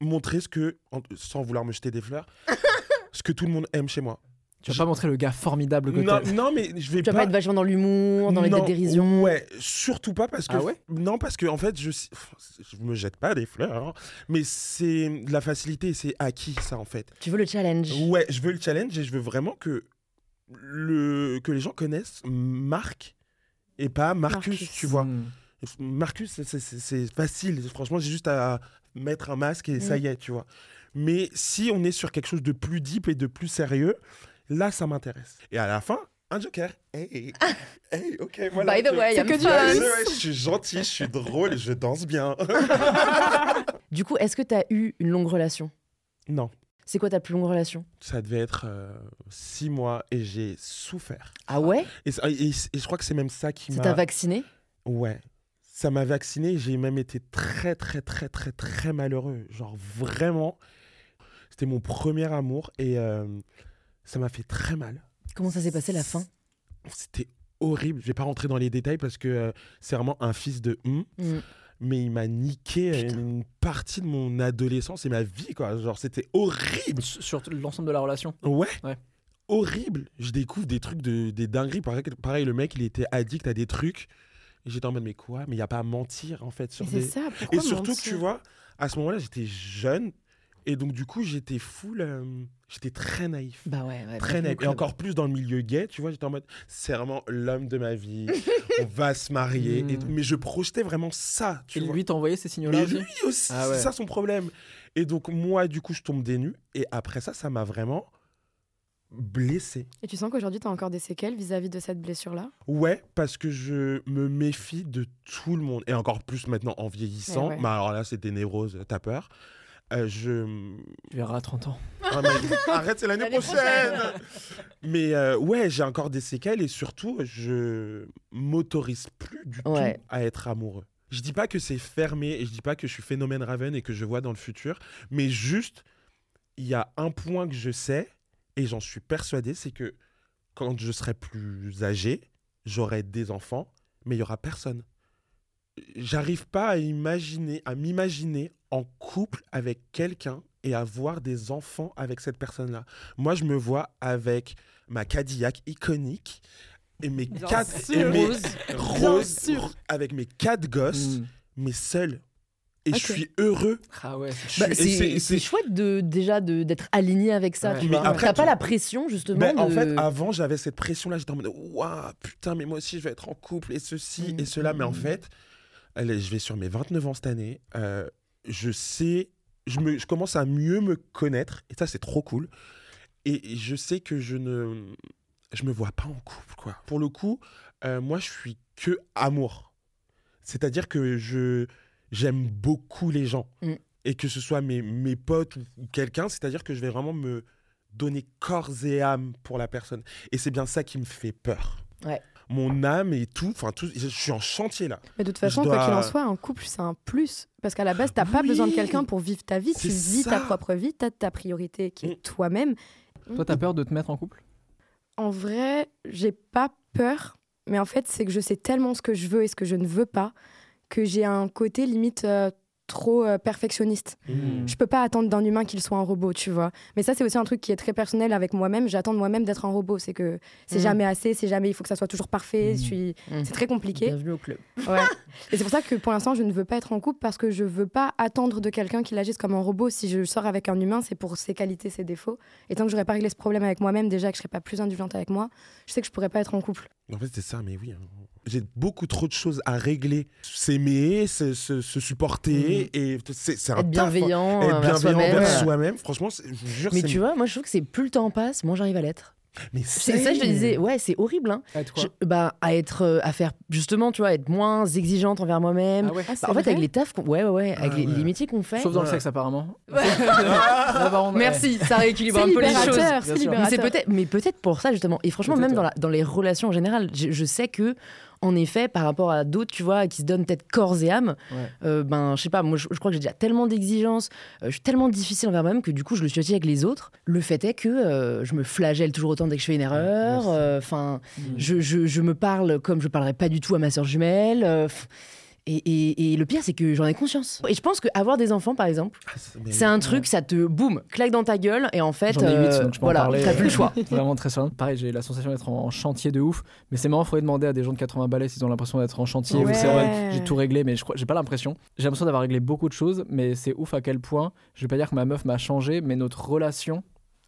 S2: montrer ce que, en- sans vouloir me jeter des
S4: [LAUGHS]
S2: fleurs, ce que tout le monde aime chez moi.
S1: Tu vas pas montrer le gars formidable que
S2: Non,
S1: t'es.
S2: non, mais je vais
S4: Tu vas pas être vachement dans l'humour, dans les
S2: Non,
S4: dérisions.
S2: Ouais, surtout pas parce que.
S1: Ah ouais
S2: non, parce que en fait, je, je me jette pas des fleurs, hein, mais c'est de la facilité, c'est acquis ça en fait.
S4: Tu veux le challenge
S2: Ouais, je veux le challenge et je veux vraiment que, le, que les gens connaissent Marc et pas Marcus,
S3: Marcus.
S2: tu vois.
S1: Hmm.
S2: Marcus, c'est- c'est- c'est c'est facile. Franchement, j'ai juste à mettre un masque et ça
S4: Mm.
S2: y est, tu vois. Mais si on est sur quelque chose de plus deep et de plus sérieux, là, ça m'intéresse. Et à la fin, un joker. Hey, hey, ok, voilà.
S4: Ah. By the way,
S3: C'est
S4: I'm
S3: que du
S4: fun.
S2: Ouais,
S3: Yes.
S2: ouais, je suis gentil, je suis drôle, et je danse bien. [LAUGHS]
S4: Du coup, est-ce que t'as eu une longue relation
S2: non,
S4: C'est quoi ta plus longue relation
S2: ça devait être euh, six mois et j'ai souffert.
S4: Ah ouais
S2: Et, ça- et- et je crois que c'est même ça qui
S4: Ça t'a
S2: m'a.
S4: vacciné
S2: Ouais. Ça m'a vacciné, j'ai même été très très très très très malheureux. Genre vraiment, c'était mon premier amour et euh, ça m'a fait très mal.
S4: Comment ça s'est passé la fin
S2: C'était horrible. Je vais pas rentrer dans les détails parce que euh, c'est vraiment un fils de hum,
S4: Mm.
S2: mais il m'a niqué euh,
S4: Putain.
S2: une partie de mon adolescence et ma vie quoi. Genre c'était horrible.
S1: S- Sur t- l'ensemble de la relation.
S2: Ouais.
S1: Ouais.
S2: Horrible. Je découvre des trucs de des dingueries. Pareil, pareil, le mec, il était addict à des trucs. Et J'étais en mode mais quoi Mais il y a pas à mentir en fait sur
S3: Mais C'est
S2: des
S3: ça, pourquoi
S2: et surtout que
S3: mentir
S2: tu vois, à ce moment-là, j'étais jeune et donc du coup, j'étais full, euh, j'étais très naïf.
S4: Bah ouais, ouais.
S2: Très naïf.
S4: naïf.
S2: Et encore plus dans le milieu gay, tu vois, j'étais en mode, c'est vraiment l'homme de
S1: [LAUGHS]
S2: ma vie, on va se marier. et
S1: Mm.
S2: tout. Mais je projetais vraiment ça, tu
S1: Et
S2: vois.
S1: lui, t'a envoyé ces signaux-là
S2: Mais
S1: aussi
S2: lui aussi,
S1: Ah ouais.
S2: c'est ça son problème. Et donc moi, du coup, je tombe des nues et après ça, ça m'a vraiment blessé.
S3: Et tu sens qu'aujourd'hui, t'as encore des séquelles vis-à-vis de cette blessure-là
S2: Ouais, parce que je me méfie de tout le monde. Et encore plus maintenant en vieillissant.
S3: ouais.
S2: Bah alors là, c'est des névroses, t'as peur. Euh, je.
S1: Tu verras à 30 ans.
S2: Ah, mais- Arrête, c'est l'année
S4: L'année
S2: prochaine. [LAUGHS] Mais euh, ouais, j'ai encore des séquelles et surtout, je m'autorise plus du
S4: Ouais.
S2: tout à être amoureux. Je dis pas que c'est fermé et je dis pas que je suis phénomène Raven et que je vois dans le futur, mais juste, il y a un point que je sais et j'en suis persuadé, c'est que quand je serai plus âgé, j'aurai des enfants, mais il y aura personne. J'arrive pas à imaginer, à m'imaginer en couple avec quelqu'un et avoir des enfants avec cette personne-là. Moi, je me vois avec ma Cadillac iconique et mes
S5: Bien
S2: quatre
S5: sûr.
S2: et mes
S5: Rose.
S2: roses,
S5: sûr.
S2: r- avec mes quatre
S4: Mm.
S2: gosses,
S1: Hmm.
S2: mais seul. Et je
S3: Ok.
S2: suis heureux.
S1: Ah ouais.
S2: Je
S4: Bah,
S2: suis- et
S4: c'est c'est chouette de déjà de- d'être aligné avec ça.
S1: Ouais.
S4: Tu
S2: Mais
S4: vois.
S2: après,
S4: T'as
S2: tu-
S4: pas la pression justement.
S2: Ben, En
S4: de-
S2: fait, avant, j'avais cette pression-là. J'étais en mode, waouh, putain, mais moi aussi, je vais être en couple, et ceci,
S4: Mm,
S2: et cela.
S4: mm,
S2: Mais en
S4: mm.
S2: fait, allez, je vais sur mes 29 ans cette année. euh, je sais, je, me, je commence à mieux me connaître, et ça, c'est trop cool. Et je sais que je ne. Je me vois pas en couple, quoi. Pour le coup, euh, moi, je suis que amour. C'est-à-dire que je j'aime beaucoup les gens.
S4: Mm.
S2: Et que ce soit mes, mes potes ou, ou quelqu'un, c'est-à-dire que je vais vraiment me donner corps et âme pour la personne. Et c'est bien ça qui me fait peur.
S4: Ouais.
S2: Mon âme et tout, enfin tout, je suis en chantier là.
S3: Mais de toute façon,
S2: Je
S3: quoi qu'il en
S2: dois- Ah
S3: soit, un couple, c'est un plus. Parce qu'à la base, t'as pas besoin de
S2: Oui.
S3: quelqu'un pour vivre ta vie. Tu
S2: C'est
S3: vis
S2: ça.
S3: ta propre vie, t'as ta priorité qui
S2: Mm.
S3: est toi-même.
S1: Toi, t'as peur de te mettre en couple
S3: En vrai, j'ai pas peur. Mais en fait, c'est que je sais tellement ce que je veux et ce que je ne veux pas que j'ai un côté limite euh, trop euh, perfectionniste.
S1: Mm.
S3: Je peux pas attendre d'un humain qu'il soit un robot, tu vois. Mais ça, c'est aussi un truc qui est très personnel avec moi-même. J'attends de moi-même d'être un robot. C'est que c'est
S4: Mm.
S3: jamais assez, c'est jamais, il faut que ça soit toujours parfait.
S1: Mm.
S3: Je suis...
S4: Mm.
S3: C'est très compliqué.
S4: Bienvenue au club.
S3: Ouais. Et c'est pour ça que pour l'instant, je ne veux pas être en couple parce que je veux pas attendre de quelqu'un qu'il agisse comme un robot. Si je sors avec un humain, c'est pour ses qualités, ses défauts. Et tant que j'aurais pas réglé ce problème avec moi-même, déjà que je serais pas plus indulgente avec moi, je sais que je pourrais pas être en couple.
S2: En fait, c'est ça, mais oui. hein. J'ai beaucoup trop de choses à régler. S'aimer, se, se- se supporter, et c'est c'est un
S4: Être
S2: taf, hein.
S4: bienveillant,
S2: Être
S4: euh, vers
S2: bienveillant
S4: soi-même.
S2: envers
S4: Ouais.
S2: soi-même. Franchement, c'est- je vous jure,
S4: Mais
S2: c'est-
S4: tu vois, moi je trouve que c'est plus le temps passe, moins j'arrive à l'être.
S2: mais
S4: C'est ça, je te disais, ouais, c'est horrible. Hein.
S1: Être Ah, quoi
S4: Je- bah, à être, euh, à faire justement, tu vois, être moins exigeante envers moi-même.
S1: Ah ouais.
S4: Bah, en fait, avec les tafs, qu'on- ouais, ouais, ouais, avec
S2: Ah
S4: les,
S2: ouais.
S4: les métiers qu'on fait.
S1: Sauf dans le
S2: Ouais.
S1: sexe, apparemment. [LAUGHS]
S2: Ah,
S1: Là, par contre,
S4: Merci, ça rééquilibre
S3: c'est
S4: un peu les choses.
S1: bien
S3: libérateur,
S1: sûr.
S3: c'est
S1: Mais c'est
S4: Mais c'est
S3: libérateur.
S4: peut-être, mais peut-être pour ça justement. Et franchement,
S1: Peut-être,
S4: même dans,
S1: ouais.
S4: la- dans les relations en général, je, je sais que en effet, par rapport à d'autres, tu vois, qui se donnent peut-être corps et âme,
S1: Ouais.
S4: euh, ben, je sais pas, moi, je, je crois que j'ai déjà tellement d'exigences, euh, je suis tellement difficile envers moi-même que du coup, je le suis aussi avec les autres. Le fait est que euh, je me flagelle toujours autant dès que je fais une erreur. euh, Enfin,
S1: Hmm.
S4: je, je- je me parle comme je parlerais pas du tout à ma sœur jumelle. euh, pff. et, et- et le pire, c'est que j'en ai conscience. Et je pense qu'avoir des enfants, par exemple,
S2: Ah, c'est- mais-
S4: c'est un truc, ça te boum, claque dans ta gueule, et en fait,
S1: J'en ai huit,
S4: euh,
S1: donc je peux en
S4: voilà,
S1: parler.
S4: t'as plus le choix.
S1: [LAUGHS] Vraiment très sereine. Pareil, j'ai la sensation d'être en, en chantier de ouf. Mais c'est marrant, faudrait demander à des gens de 80 balais s'ils ont l'impression d'être en chantier. ou
S3: Ouais.
S1: c'est vrai, j'ai tout réglé, mais je crois, j'ai pas l'impression. J'ai l'impression d'avoir réglé beaucoup de choses, mais c'est ouf à quel point. Je vais pas dire que ma meuf m'a changé, mais notre relation.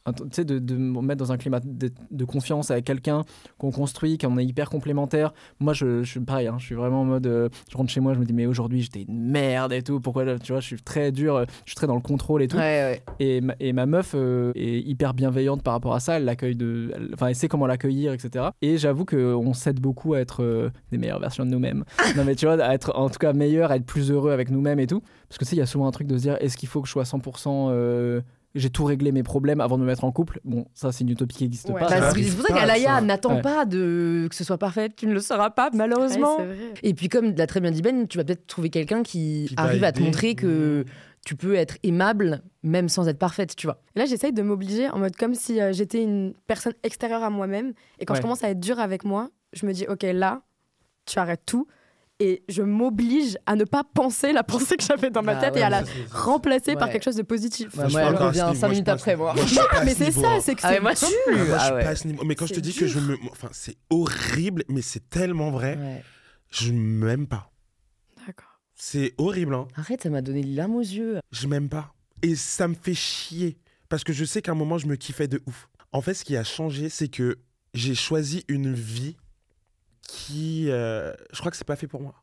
S1: un t- Tu sais, de, de me mettre dans un climat de, de confiance avec quelqu'un qu'on construit, qu'on est hyper complémentaire. Moi, je, je suis pareil, hein, je suis vraiment en mode. euh, je rentre chez moi, je me dis, mais aujourd'hui, j'étais une merde et tout. Pourquoi, là, tu vois, je suis très dur, euh, je suis très dans le contrôle et tout.
S4: Ouais,
S1: Et ma, et ma meuf euh, est hyper bienveillante par rapport à ça. Elle l'accueille de, elle- enfin, elle sait comment l'accueillir, etc. Et j'avoue que on s'aide beaucoup à être euh, des meilleures versions de
S3: [LAUGHS]
S1: nous-mêmes. non mais tu vois, à être en tout cas meilleur, à être plus heureux avec nous-mêmes et tout. Parce que tu sais, il y a souvent un truc de se dire, est-ce qu'il faut que je sois 100% euh, j'ai tout réglé mes problèmes avant de me mettre en couple. Bon, ça c'est une utopie qui n'existe
S3: Ouais.
S1: pas.
S4: Bah,
S2: ça
S4: c'est
S2: arrive
S4: c'est pour ça
S2: pas,
S4: qu'Alaya
S2: ça.
S4: n'attend
S1: Ouais.
S4: pas de que ce soit parfait, tu ne le sauras pas malheureusement. et puis comme l'a très bien dit Ben, tu vas peut-être trouver quelqu'un qui,
S2: Qui Mmh. va
S4: arrive à te
S2: aider.
S4: montrer que tu peux être aimable même sans être parfaite, tu vois.
S3: Et Là, j'essaye de m'obliger en mode comme si euh, j'étais une personne extérieure à moi-même. Et quand
S1: Ouais.
S3: je commence à être dure avec moi, je me dis, OK, là, tu arrêtes tout. Et je m'oblige à ne pas penser la [LAUGHS] pensée que j'avais dans ma
S4: Bah
S3: tête et
S4: ouais.
S3: à la
S2: Ça, c'est-
S3: remplacer par
S4: Ouais.
S3: quelque chose de positif.
S4: Ouais,
S2: Moi, je
S4: moi,
S2: suis
S4: elle
S2: pas à
S4: revient
S2: ce niveau,
S4: cinq
S2: moi, je
S4: minutes
S2: suis pas
S4: après,
S2: à ce
S4: moi.
S2: niveau. je suis pas à
S3: mais
S2: ce
S3: c'est
S2: niveau,
S3: ça,
S2: hein.
S3: c'est que
S4: Ah ouais,
S3: c'est
S4: moi,
S3: dur.
S4: je
S2: Ah, moi, je
S4: Ah
S2: suis
S4: ouais.
S2: pas à ce niveau. Mais quand je te
S3: C'est
S2: dis que je me. Enfin, c'est horrible, mais c'est tellement vrai.
S4: Ouais.
S2: Je m'aime pas.
S3: D'accord.
S2: C'est horrible, hein.
S4: Arrête, ça m'a donné les larmes aux yeux.
S2: Je m'aime pas. Et ça me fait chier. Parce que je sais qu'à un moment, je me kiffais de ouf. En fait, ce qui a changé, c'est que j'ai choisi une vie qui. euh, je crois que c'est pas fait pour moi.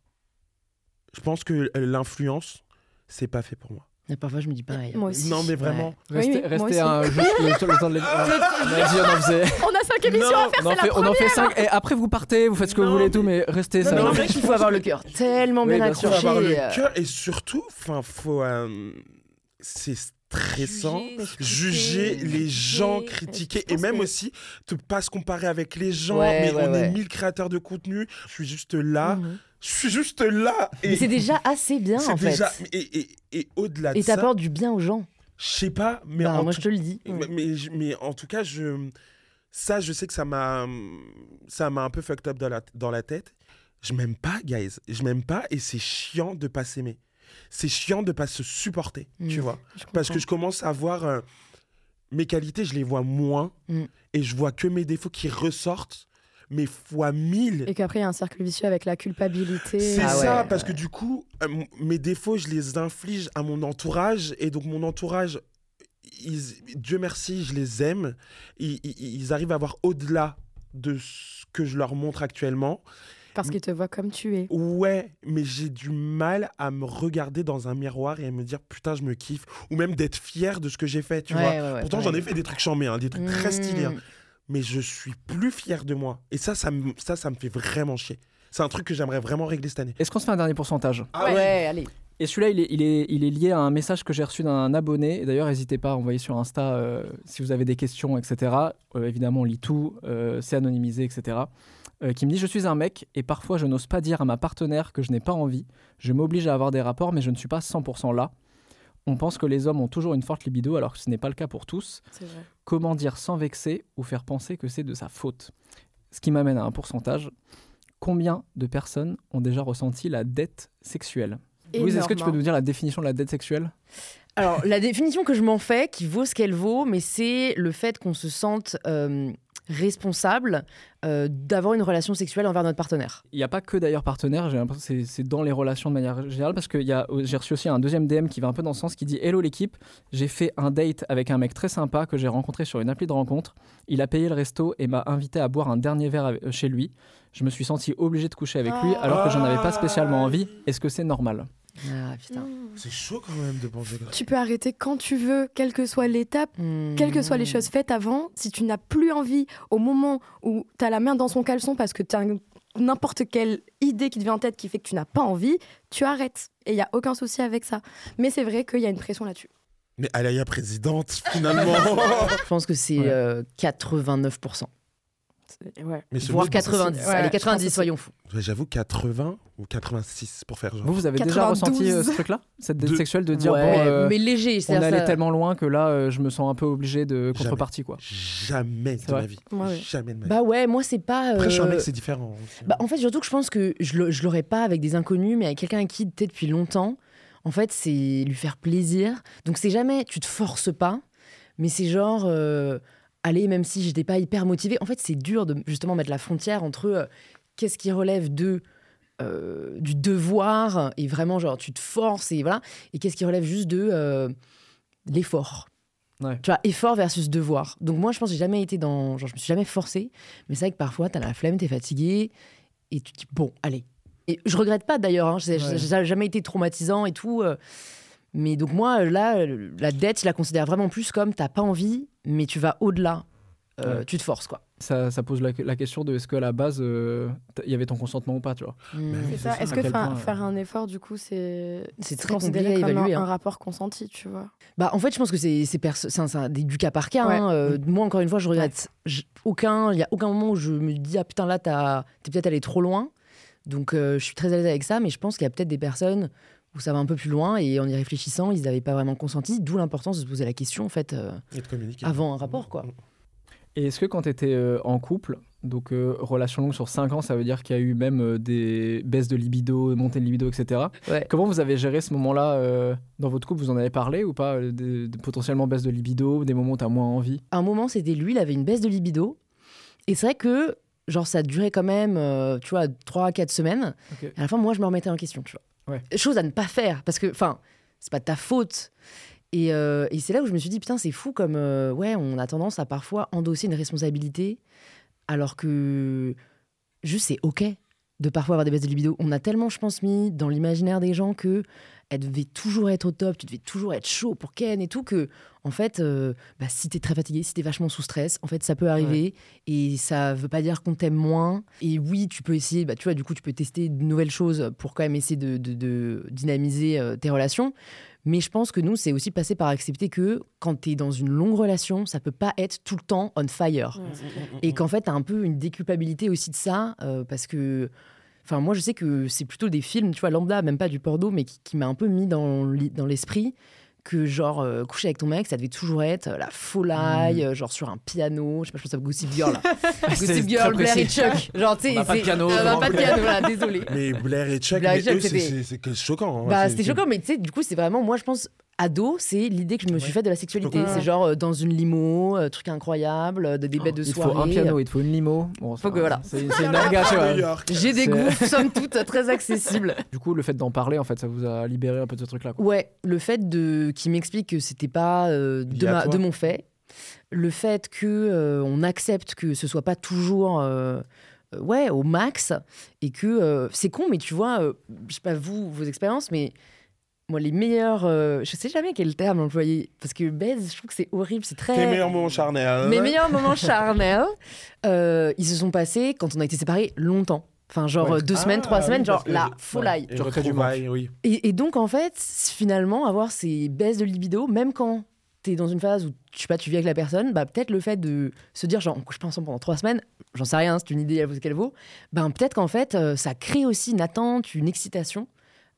S2: Je pense que l'influence, c'est pas fait pour moi.
S4: Et Ah, parfois je me dis pareil.
S3: Moi aussi.
S2: Non, mais vraiment.
S1: Restez,
S3: Oui, oui,
S1: restez
S3: moi aussi.
S1: à un juste le, le temps
S3: [LAUGHS]
S1: de les. Ah, Vas-y, on en faisait.
S3: On a cinq émissions à faire,
S1: on en
S3: c'est la
S1: fait, on en fait cinq. Et après, vous partez, vous faites ce que vous
S2: Non,
S1: voulez et tout, mais restez.
S4: Non,
S1: ça
S4: mais
S1: va.
S4: en fait, il faut avoir le cœur tellement
S1: Oui,
S4: bien
S1: bien sûr,
S4: accroché.
S2: faut avoir le
S4: euh,
S2: cœur et surtout, enfin, faut. euh, c'est stressant. Juger les gens, critiquer
S3: Je
S2: et
S3: pense
S2: même
S3: que-
S2: aussi te pas se comparer avec les gens.
S4: Ouais,
S2: mais
S4: ouais,
S2: on
S4: ouais.
S2: est mille créateurs de contenu. Je suis juste là.
S4: Mhm.
S2: Je suis juste là.
S4: Mais
S2: Et
S4: c'est déjà assez bien
S2: c'est
S4: en fait.
S2: déjà- Et, et- et au-delà de
S4: Et
S2: ça,
S4: t'apportes du bien aux gens.
S2: je sais pas, mais,
S4: Bah,
S2: en
S4: moi
S2: tout-
S4: je te le dis.
S2: mais, mais je- mais en tout cas, je ça, je sais que ça m'a hum, ça m'a un peu fucked up dans la, dans la tête. Je m'aime pas, guys. Je m'aime pas et c'est chiant de pas s'aimer. C'est chiant de pas se supporter, tu
S4: Mhm.
S2: vois. Parce que je commence à voir euh, mes qualités, je les vois moins
S4: Mm.
S2: et je vois que mes défauts qui ressortent, mais fois mille.
S3: Et qu'après, il y a un cercle vicieux avec la culpabilité.
S2: C'est
S4: Ah
S2: ça,
S4: ouais,
S2: parce que du coup, euh, m- mes défauts, je les inflige à mon entourage et donc mon entourage. ils- Dieu merci, je les aime. Ils, ils- ils arrivent à voir au-delà de ce que je leur montre actuellement.
S3: Parce qu'ils te voient comme tu es.
S2: Ouais, mais j'ai du mal à me regarder dans un miroir et à me dire putain, je me kiffe. Ou même d'être fier de ce que j'ai fait, tu vois. Pourtant, j'en ai fait des trucs chambés, hein, des trucs très
S4: Mmh.
S2: stylés. hein. Mais je suis plus fier de moi. Et ça, ça, me- ça, ça me fait vraiment chier. C'est un truc que j'aimerais vraiment régler cette année.
S1: Est-ce qu'on se fait un dernier pourcentage
S4: Ah ouais, allez.
S1: Et celui-là, il est, il, est, il est lié à un message que j'ai reçu d'un abonné. Et d'ailleurs, n'hésitez pas à envoyer sur Insta euh, si vous avez des questions, etc. Euh, évidemment, on lit tout, euh, c'est anonymisé, etc. Euh, qui me dit Je suis un mec et parfois je n'ose pas dire à ma partenaire que je n'ai pas envie. Je m'oblige à avoir des rapports, mais je ne suis pas 100% là. On pense que les hommes ont toujours une forte libido, alors que ce n'est pas le cas pour tous.
S3: C'est vrai.
S1: Comment dire sans vexer ou faire penser que c'est de sa faute Ce qui m'amène à un pourcentage. Combien de personnes ont déjà ressenti la dette sexuelle Louise, est-ce que tu peux nous dire la définition de la dette sexuelle
S4: Alors, la définition que je m'en fais, qui vaut ce qu'elle vaut, mais c'est le fait qu'on se sente euh, responsable euh, d'avoir une relation sexuelle envers notre partenaire.
S1: Il n'y a pas que d'ailleurs partenaire, j'ai l'impression que c'est- c'est dans les relations de manière générale, parce que il y a- oh, j'ai reçu aussi un deuxième DM qui va un peu dans ce sens, qui dit Hello l'équipe, j'ai fait un date avec un mec très sympa que j'ai rencontré sur une appli de rencontre. Il a payé le resto et m'a invité à boire un dernier verre avec- euh, chez lui. Je me suis senti obligé de coucher avec lui
S3: Ah.
S1: alors que j'en avais pas spécialement envie. Est-ce que c'est normal
S4: Ah putain.
S2: C'est chaud quand même de penser comme ça.
S3: Tu peux arrêter quand tu veux, quelle que soit l'étape,
S4: Hmm.
S3: quelles que soient les choses faites avant. Si tu n'as plus envie au moment où tu as la main dans son caleçon parce que tu as n'importe quelle idée qui te vient en tête qui fait que tu n'as pas envie, tu arrêtes. Et il n'y a aucun souci avec ça. Mais c'est vrai qu'il y a une pression là-dessus.
S2: Mais Alaya
S4: [LAUGHS]
S2: présidente, finalement.
S4: euh, Je pense que c'est
S1: Ouais.
S4: euh, 89%.
S3: Ouais.
S2: Mais ce
S4: Voire
S2: mot-
S4: 90.
S3: Ouais,
S4: Allez,
S3: je pense
S4: 90,
S3: aussi.
S4: soyons fous.
S2: Ouais, J'avoue, 80 ou 86 pour faire genre.
S1: Vous, vous avez déjà
S3: 92.
S1: ressenti euh, ce truc-là Cette dette
S2: De-
S1: sexuelle de dire,
S4: Ouais,
S1: bon, euh,
S4: mais léger,
S1: on
S4: c'est-à-dire
S1: allait
S4: ça-
S1: tellement loin que là, euh, je me sens un peu obligé de
S2: Jamais.
S1: contrepartie, quoi.
S2: Jamais
S1: C'est
S2: de
S1: vrai.
S2: ma vie.
S3: Ouais, ouais.
S2: Jamais de ma vie.
S4: Bah ouais, moi c'est pas.
S2: Après, je suis un
S4: euh,
S2: mec, c'est différent. aussi.
S4: Bah, en fait, surtout que je pense que je le- je l'aurais pas avec des inconnus, mais avec quelqu'un avec qui t'es depuis longtemps. En fait, c'est lui faire plaisir. Donc, c'est jamais, tu te forces pas, mais c'est genre, euh, allez, même si j'étais pas hyper motivée. En fait, c'est dur de justement mettre la frontière entre euh, qu'est-ce qui relève de. euh, du devoir et vraiment genre tu te forces et voilà et qu'est-ce qui relève juste de euh, l'effort
S1: Ouais.
S4: tu vois effort versus devoir donc moi je pense que j'ai jamais été dans genre je me suis jamais forcée mais c'est vrai que parfois t'as la flemme t'es fatigué et tu te dis bon allez et je regrette pas d'ailleurs hein, c'est-
S1: Ouais.
S4: ça n'a jamais été traumatisant et tout euh, mais donc moi là euh, la dette je la considère vraiment plus comme t'as pas envie mais tu vas au-delà Euh,
S1: Ouais.
S4: tu te forces quoi
S1: Ça, ça pose la, la question de est-ce qu'à la base, euh, t- il y avait ton consentement ou pas, tu vois
S4: Hmm.
S3: C'est
S2: C'est
S3: ça.
S2: ça.
S3: Est-ce
S1: À
S3: que
S1: quel
S3: fa-
S1: point, euh,
S3: faire un effort, du coup, c'est
S4: C'est très
S3: considéré
S4: compliqué à
S3: comme un,
S4: évaluer, hein.
S3: un rapport consenti, tu vois
S4: Bah, en fait, je pense que c'est c'est perso- c'est un- c'est un- des- du cas par cas. hein. Euh, moi, encore une fois, je regrette j- aucun. Il n'y a aucun moment où je me dis ah putain là t'as- t'es peut-être allé trop loin. Donc euh, je suis très à l'aise avec ça, mais je pense qu'il y a peut-être des personnes où ça va un peu plus loin et en y réfléchissant, ils n'avaient pas vraiment consenti. D'où l'importance de se poser la question en fait euh,
S2: Et de communiquer. Mm.
S4: avant un rapport quoi.
S1: Et est-ce que quand tu étais euh, en couple, donc euh, relation longue sur 5 ans, ça veut dire qu'il y a eu même euh, des baisses de libido, montées de libido, etc.
S4: Ouais.
S1: Comment vous avez géré ce moment-là euh, dans votre couple Vous en avez parlé ou pas euh, des- des Potentiellement baisse de libido, des moments où tu as moins envie
S4: à un moment, c'était lui, il avait une baisse de libido. Et c'est vrai que, genre, ça durait quand même, euh, tu vois, 3-4 semaines.
S1: Ok.
S4: Et à la fin, moi, je me remettais en question, tu vois. Chose à ne pas faire, parce que, enfin, c'est pas de ta faute. Et, euh, et c'est là où je me suis dit, putain, c'est fou comme, euh, ouais, on a tendance à parfois endosser une responsabilité, alors que, juste, c'est OK de parfois avoir des baisses de libido. On a tellement, je pense, mis dans l'imaginaire des gens que elle devait toujours être au top, tu devais toujours être chaud pour Ken et tout, que, en fait, euh, bah, si t'es très fatigué, si t'es vachement sous stress, en fait, ça peut arriver et ça veut pas dire qu'on t'aime moins. Et oui, tu peux essayer, bah, tu vois, du coup, tu peux tester de nouvelles choses pour quand même essayer de, de- de dynamiser euh, tes relations. Mais je pense que nous, c'est aussi passé par accepter que quand t'es dans une longue relation, ça peut pas être tout le temps on
S1: Mmh,
S4: fire. Et qu'en fait, t'as un peu une déculpabilité aussi de ça, euh, parce que. Enfin, moi, je sais que c'est plutôt des films, tu vois, lambda, même pas du porno, mais qui, qui m'a un peu mis dans l'i- dans l'esprit que, genre, euh, coucher avec ton mec, ça devait toujours être euh, la
S1: Mmh.
S4: folie, genre sur un piano. Je sais pas, je pense à
S1: [LAUGHS]
S4: Gossip Girl, là. Gossip Girl, Blair et Chuck. Genre, tu sais,
S1: On n'a pas de
S4: c'est-
S1: piano,
S4: on n'a
S1: vraiment.
S4: pas de piano, là, désolé.
S2: Mais Blair et Chuck,
S4: Blair et
S2: mais
S4: Chuck,
S2: eux, c'est-
S4: c'était-
S2: c'est c'est que
S1: Ah
S2: choquant. hein.
S4: Bah,
S2: C'est-
S4: c'était
S2: c'est-
S4: choquant, mais tu sais, du coup, c'est vraiment, moi, je pense, ado, c'est l'idée que je me suis
S2: Ouais.
S4: faite de la sexualité.
S3: Ouais.
S4: C'est genre euh, dans une limo, euh, truc incroyable, euh, des bêtes de
S1: Oh, il te
S4: soirée. euh,
S1: faut un piano, il te faut une limo. Bon,
S4: Faut
S1: c'est-
S4: que voilà.
S1: C'est c'est une
S2: [LAUGHS]
S1: orga, tu
S2: À
S1: vois.
S2: New York.
S4: euh, J'ai des
S1: C'est-
S4: goûts, [LAUGHS] somme toute, très accessibles.
S1: Du coup, le fait d'en parler, en fait, ça vous a libéré un peu de ce truc-là. quoi.
S4: Ouais, le fait de qu'il m'explique que c'était pas euh, de,
S2: Lié à
S4: ma-
S2: toi.
S4: de mon fait, le fait que euh, on accepte que ce soit pas toujours euh, euh, ouais au max et que euh, c'est con, mais tu vois, euh, je sais pas vous vos expériences, mais moi les meilleurs, euh, je sais jamais quel terme employer parce que baise, je trouve que c'est horrible, c'est très
S2: Tes meilleurs moments charnels.
S4: mes
S2: [LAUGHS]
S4: meilleurs moments charnels, euh, ils se sont passés quand on a été séparés longtemps. Enfin, genre
S1: Ouais.
S4: euh, deux
S2: Ah,
S4: semaines, trois
S2: oui,
S4: semaines, genre
S2: parce que-
S4: la
S2: ouais.
S4: folie.
S2: Et
S1: Tu recrées du
S2: retrouvailles, oui.
S4: Et, et donc, en fait, c- finalement, avoir ces baisses de libido, même quand t'es dans une phase où je sais pas, tu vis avec la personne, bah peut-être le fait de se dire genre on couche pas ensemble pendant trois semaines, j'en sais rien, c'est une idée, elle vaut ce qu'elle vaut, ben peut-être qu'en fait euh, ça crée aussi une attente, une excitation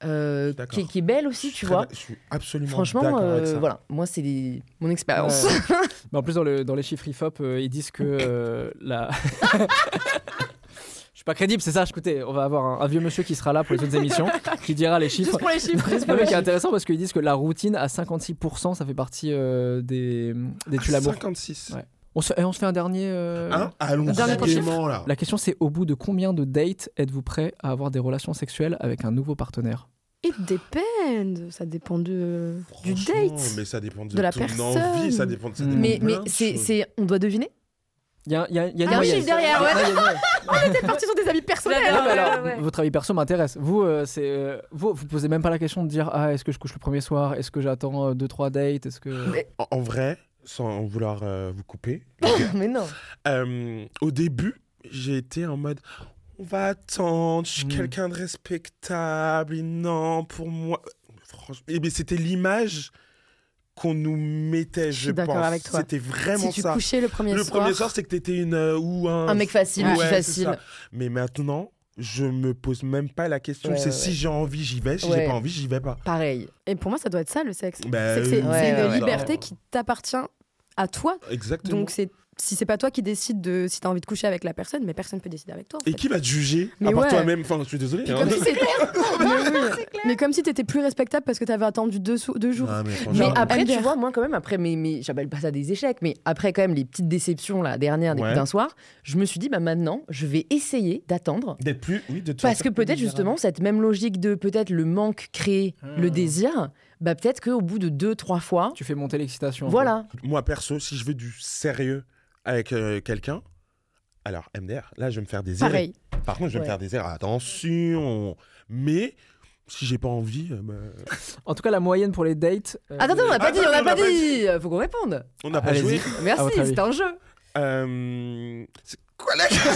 S4: euh,
S2: D'accord.
S4: qui, est- qui est belle aussi,
S2: Je
S4: tu
S2: suis
S4: vois.
S2: très- Je suis absolument
S4: Franchement,
S2: d'accord avec
S4: euh,
S2: ça.
S4: voilà, moi c'est des- mon expérience.
S1: Ouais. [LAUGHS] Mais en plus, dans, le- dans les chiffres IFOP, euh, ils disent que euh, la. [LAUGHS] Je suis pas crédible, c'est ça. Écoutez, on va avoir un, un vieux monsieur qui sera là pour les autres émissions, qui dira les chiffres.
S4: [LAUGHS] Juste pour les chiffres. juste
S1: Non, mais
S4: pour les
S1: qui est
S4: chiffres.
S1: intéressant parce qu'ils disent que la routine à 56%, ça fait partie euh, des, des tu
S2: Ah,
S1: l'amour.
S2: 56.
S1: Ouais. On se, eh, on se fait un dernier. euh,
S2: Hein Allons-y
S3: Dernier chiffre.
S2: gaiement, là.
S1: La question c'est au bout de combien de dates êtes-vous prêt à avoir des relations sexuelles avec un nouveau partenaire
S3: It depends. Ça dépend de, du
S2: Franchement,
S3: date.
S2: Mais ça dépend de,
S3: de la
S2: ton
S3: personne.
S2: envie, ça dépend de ça
S1: Mm.
S2: dépend
S4: Mais,
S2: de
S4: mais
S2: plein de
S4: c'est,
S2: choses.
S4: c'est- on doit deviner. [LAUGHS]
S1: Il y a, il y a- il y a une
S4: Ah Il y
S1: moyenne. Ah,
S4: a un chiffre derrière. ouais.
S1: Il y a une moyenne.
S3: C'est parti sur des avis personnels.
S1: Non, mais alors, Votre avis perso m'intéresse. Vous, euh, c'est, euh, vous, vous posez même pas la question de dire ah est-ce que je couche le premier soir, est-ce que j'attends 2 deux trois dates, est-ce que
S2: En, en vrai, sans vouloir euh, vous
S3: [LAUGHS]
S2: couper,
S4: Mais non.
S2: euh, au début, j'ai été en mode... On va attendre, je suis
S1: Mm.
S2: quelqu'un de respectable, et non, pour moi... Franchement, eh ben, c'était l'image qu'on nous mettait,
S3: Je
S2: je,
S3: suis d'accord
S2: pense.
S3: avec toi.
S2: C'était vraiment
S3: Si tu
S2: ça.
S3: couchais le premier
S2: le
S3: soir.
S2: premier soir, c'est que t'étais une euh, ou un.
S4: Un mec facile, une
S2: Ouais,
S4: fille
S2: c'est
S4: facile.
S2: ça. Mais maintenant, je me pose même pas la question.
S4: Ouais,
S2: c'est
S4: ouais,
S2: si
S4: ouais.
S2: j'ai envie, j'y vais. Si j'ai
S4: Ouais.
S2: pas envie, j'y vais pas.
S4: Pareil.
S3: Et pour moi, ça doit être ça le sexe.
S2: Bah,
S3: C'est que c'est
S2: euh,
S3: c'est
S4: ouais,
S3: une
S4: ouais,
S3: liberté
S2: ouais.
S3: qui t'appartient à toi.
S2: Exactement.
S3: Donc c'est si c'est pas toi qui décides de si t'as envie de coucher avec la personne, mais personne peut décider avec toi. en
S2: Et
S3: fait.
S2: qui va te juger
S3: Mais
S2: À part
S3: ouais.
S2: toi-même. Enfin, je suis désolé. hein. [LAUGHS]
S3: Comme si c'était- [LAUGHS] mais, oui. Mais comme si t'étais plus respectable parce que t'avais attendu deux, sou- deux jours.
S2: Ah, mais
S4: Mais
S2: franchement,
S3: Genre,
S4: après, tu
S3: Ender.
S4: vois, moi, quand même, après, mais, mais j'appelle pas ça des échecs, mais après, quand même, les petites déceptions, la dernière, des
S2: Ouais.
S4: coups d'un soir, je me suis dit, bah maintenant, je vais essayer d'attendre.
S2: D'être plus. Oui, de te
S4: Parce que
S2: sentir
S4: peut-être,
S2: plus
S4: justement, cette même logique de peut-être le manque créé, le
S1: Hmm.
S4: désir, bah peut-être qu'au bout de deux, trois fois,
S1: Tu fais monter l'excitation. un peu.
S4: voilà.
S2: vulnérable. Moi, perso, si je veux du sérieux avec euh, quelqu'un. Alors, MDR, là, je vais me faire des erreurs.
S3: Pareil.
S2: Par contre, je vais
S4: Ouais.
S2: me faire des erreurs. Attention. Mais si j'ai pas envie. euh, bah,
S1: En tout cas, la moyenne pour les dates. euh,
S4: Attends, attends, on n'a pas
S2: Attends,
S4: dit, on n'a
S2: on
S4: pas
S2: n'a pas
S4: dit Faut
S1: [LAUGHS]
S4: qu'on réponde
S2: On n'a pas
S1: Allez-y.
S2: joué.
S4: Merci,
S1: votre avis.
S4: c'est un jeu
S2: Euh, c'est quoi la question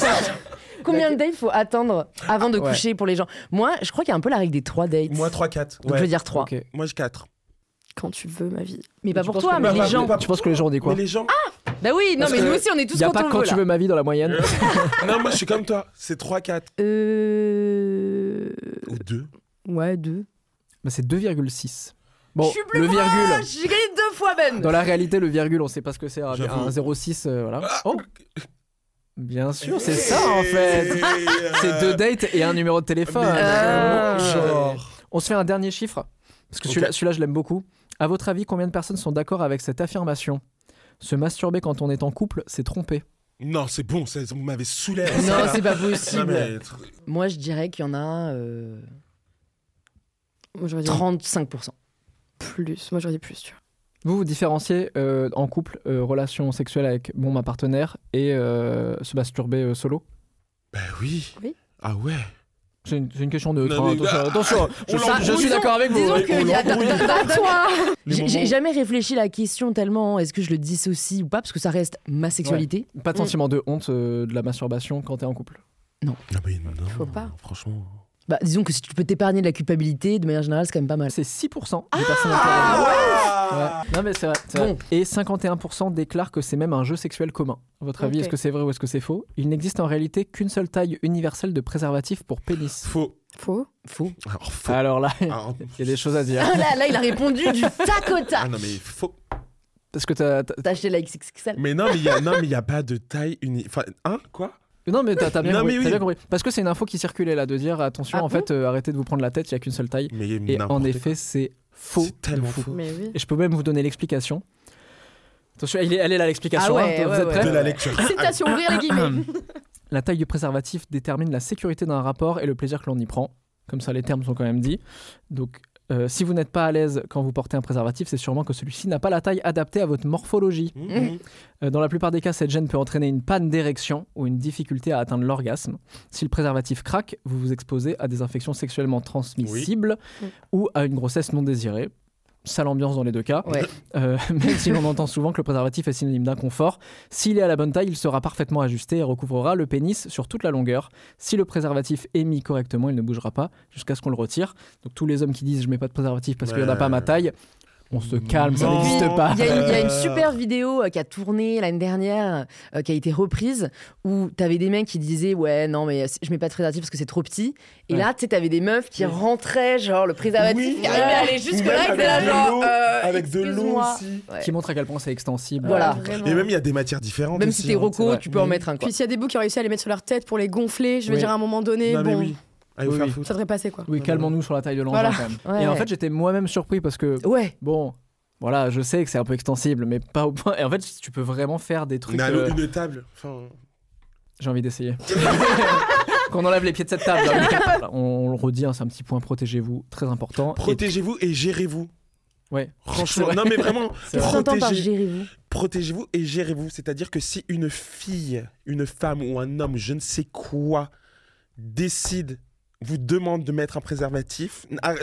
S4: Combien de dates faut attendre avant de
S1: Ouais.
S4: coucher pour les gens Moi, je crois qu'il y a un peu la règle des trois dates.
S2: Moi 3-4.
S4: Donc je veux dire trois.
S1: ok.
S2: Moi j'ai 4.
S3: Quand tu veux, ma vie.
S4: Mais pas
S1: Tu
S4: Bah, pour
S1: penses
S4: toi,
S1: que-
S4: mais
S2: Bah,
S4: les
S2: bah,
S4: gens.
S2: bah,
S1: Tu penses que les gens, on dit quoi
S2: Mais les gens.
S4: Bah oui, non,
S1: Parce
S4: mais
S1: que
S4: nous aussi, on est
S1: Il
S4: tous
S1: n'y a
S4: quand
S1: pas
S4: on
S1: quand
S4: veut,
S1: tu
S4: là.
S1: veux ma vie dans la moyenne.
S2: non, moi je suis comme toi. C'est 3-4.
S3: Euh...
S2: Ou 2.
S3: Ouais, deux.
S1: Bah, c'est 2,6. Bon,
S4: Je suis plus
S1: le
S4: Ah,
S1: virgule.
S4: j'ai gagné deux fois, Ben
S1: Dans la réalité, le virgule, on sait pas ce que c'est. Un
S2: J'avoue.
S1: un 0,6, euh, voilà. Oh Bien sûr, c'est ça en
S2: [LAUGHS]
S1: fait.
S2: euh,
S1: C'est deux hein. dates et un numéro de téléphone.
S4: Ah.
S2: Genre.
S1: On se fait un dernier chiffre. Parce que
S2: Ok.
S1: celui-là, celui-là, je l'aime beaucoup. À votre avis, combien de personnes sont d'accord avec cette affirmation Se masturber quand on est en couple, c'est tromper.
S2: Non, c'est bon, c'est- vous m'avez saoulé. avec ça,
S4: Non,
S2: là.
S4: c'est pas
S2: Non,
S4: possible.
S2: mais-
S4: Moi, je dirais qu'il y en a euh,
S3: Moi, j'aurais dit
S4: 35%.
S3: plus. Moi, j'aurais dit plus, tu vois.
S1: Vous vous différenciez euh, en couple, euh, relation sexuelle avec bon ma partenaire et euh, se masturber euh, solo
S2: Bah oui.
S3: Oui.
S2: Ah ouais.
S1: C'est une, c'est une question de.
S2: Non, mais- bah,
S1: attention, attention, je,
S2: On
S1: suis-
S2: l'embrouille.
S1: je suis d'accord avec vous.
S4: Disons
S2: on
S4: qu'il y
S3: Bah,
S4: a.
S2: l'embrouille.
S4: toi
S2: Les
S4: J'ai j'ai
S2: moments-
S4: jamais réfléchi la question tellement est-ce que je le dissocie ou pas, parce que ça reste ma sexualité.
S1: Pas de sentiment de honte euh, de la masturbation quand t'es en couple.
S2: Non, mais non.
S3: Faut pas.
S2: Franchement.
S4: Bah, disons que si tu peux t'épargner de la culpabilité, de manière générale, c'est quand même pas mal.
S1: C'est 6% des personnes
S4: Ah
S1: interrogées.
S2: Ah.
S1: Ouais. Non mais c'est vrai. c'est vrai.
S4: Bon.
S1: Et 51% déclarent que c'est même un jeu sexuel commun. À votre avis,
S3: Ok.
S1: est-ce que c'est vrai ou est-ce que c'est faux Il n'existe en réalité qu'une seule taille universelle de préservatif pour pénis.
S2: Faux.
S3: Faux.
S4: Faux.
S2: [LAUGHS] Alors, ah, faux.
S1: Alors [LAUGHS] là, il
S2: Alors,
S1: y a des choses à dire.
S4: Ah là, là, il a répondu du tac au
S2: Ah
S4: tac.
S2: non, mais faux.
S1: Parce que t'as, t'as-
S4: [LAUGHS] T'as acheté la XXXL.
S2: Mais non, mais il y a- non, mais il n'y a pas de taille unique. Enfin, hein Quoi
S1: non mais t'as, t'as bien,
S2: Non,
S1: compris,
S2: mais
S1: t'as
S2: oui.
S1: bien compris. Parce que c'est une info qui circulait là de dire attention,
S3: Ah
S1: en fait, euh, arrêtez de vous prendre la tête, il y a qu'une seule taille.
S2: Mais
S1: Et en
S2: n'importe
S1: effet, c'est faux.
S2: C'est tellement
S1: de fou.
S2: faux.
S3: Mais oui.
S1: Et je peux même vous donner l'explication. Attention, elle est, elle est là l'explication.
S4: Ah
S1: hein.
S4: ouais,
S1: vous
S4: ouais,
S1: êtes
S4: ouais.
S1: prêts
S2: de la lecture. Ah,
S3: Citation, ouvrir
S2: [LAUGHS]
S3: les guillemets.
S1: La taille du préservatif détermine la sécurité d'un rapport et le plaisir que l'on y prend. Comme ça, les termes sont quand même dits. Donc, euh, si vous n'êtes pas à l'aise quand vous portez un préservatif, c'est sûrement que celui-ci n'a pas la taille adaptée à votre morphologie.
S4: Mm-hmm.
S2: Mhm.
S1: Euh, dans la plupart des cas, cette gêne peut entraîner une panne d'érection ou une difficulté à atteindre l'orgasme. Si le préservatif craque, vous vous exposez à des infections sexuellement transmissibles
S3: Oui.
S1: ou à une grossesse non désirée. Sale ambiance dans les deux cas.
S4: Ouais.
S1: Euh, [LAUGHS] même si l'on entend souvent que le préservatif est synonyme d'inconfort, s'il est à la bonne taille, il sera parfaitement ajusté et recouvrera le pénis sur toute la longueur. Si le préservatif est mis correctement, il ne bougera pas jusqu'à ce qu'on le retire. Donc tous les hommes qui disent je mets pas de préservatif parce qu'il n'y en a
S2: Ouais.
S1: pas à ma taille, on se calme, ça
S2: Non.
S1: n'existe pas.
S4: Il y, a une- il y a une super [LAUGHS] vidéo euh, qui a tourné l'année dernière, euh, qui a été reprise, où t'avais des mecs qui disaient Ouais, non, mais c- je mets pas de préservatif parce que c'est trop petit. Et
S1: Ouais.
S4: là, tu sais, t'avais des meufs qui rentraient, genre, le préservatif, Ah,
S2: Oui,
S4: qui arrivait à aller
S2: Même
S4: jusque-là, et
S2: avec
S4: t'es là,
S2: de
S4: genre.
S2: l'eau,
S4: euh,
S2: avec de l'eau
S4: excuse-moi.
S2: aussi.
S4: Ouais.
S1: Qui montre à quel point c'est extensible.
S4: Voilà.
S3: Vraiment.
S2: Et même, il y a des matières différentes.
S4: Même
S2: aussi,
S4: si t'es
S2: hein.
S1: c'est
S4: roco,
S1: vrai.
S4: tu peux en mettre un, quoi.
S3: Puis s'il y a des bouts qui ont réussi à les mettre sur leur tête pour les gonfler, je veux
S1: Oui.
S3: dire à un moment donné,
S2: Non, mais
S3: bon,
S2: oui. Allez, vous
S1: Oui,
S2: faire
S1: oui.
S2: foutre.
S3: ça devrait passer quoi.
S1: Oui, calmons-nous sur la taille de l'engin
S3: Voilà.
S1: quand même.
S4: Ouais.
S1: Et en fait, j'étais moi-même surpris parce que,
S4: Ouais.
S1: bon, voilà, je sais que c'est un peu extensible, mais pas au point. Et en fait, tu peux vraiment faire des trucs.
S2: Mais allô,
S1: euh,
S2: une table. Enfin,
S1: J'ai envie d'essayer. [LAUGHS] Qu'on enlève les pieds de cette table. là. Voilà, on, on le redit, hein, c'est un petit point, protégez-vous, très important. Et-
S2: protégez-vous et gérez-vous.
S1: ouais.
S2: Franchement,
S1: C'est vrai.
S2: non mais vraiment,
S1: [LAUGHS] C'est
S4: Qu'est-ce
S1: vrai.
S4: que t'entends par
S2: protégez-
S4: gérez-vous
S2: protégez-vous et gérez-vous. C'est-à-dire que si une fille, une femme ou un homme, je ne sais quoi, décide, vous demande de mettre un préservatif, ah,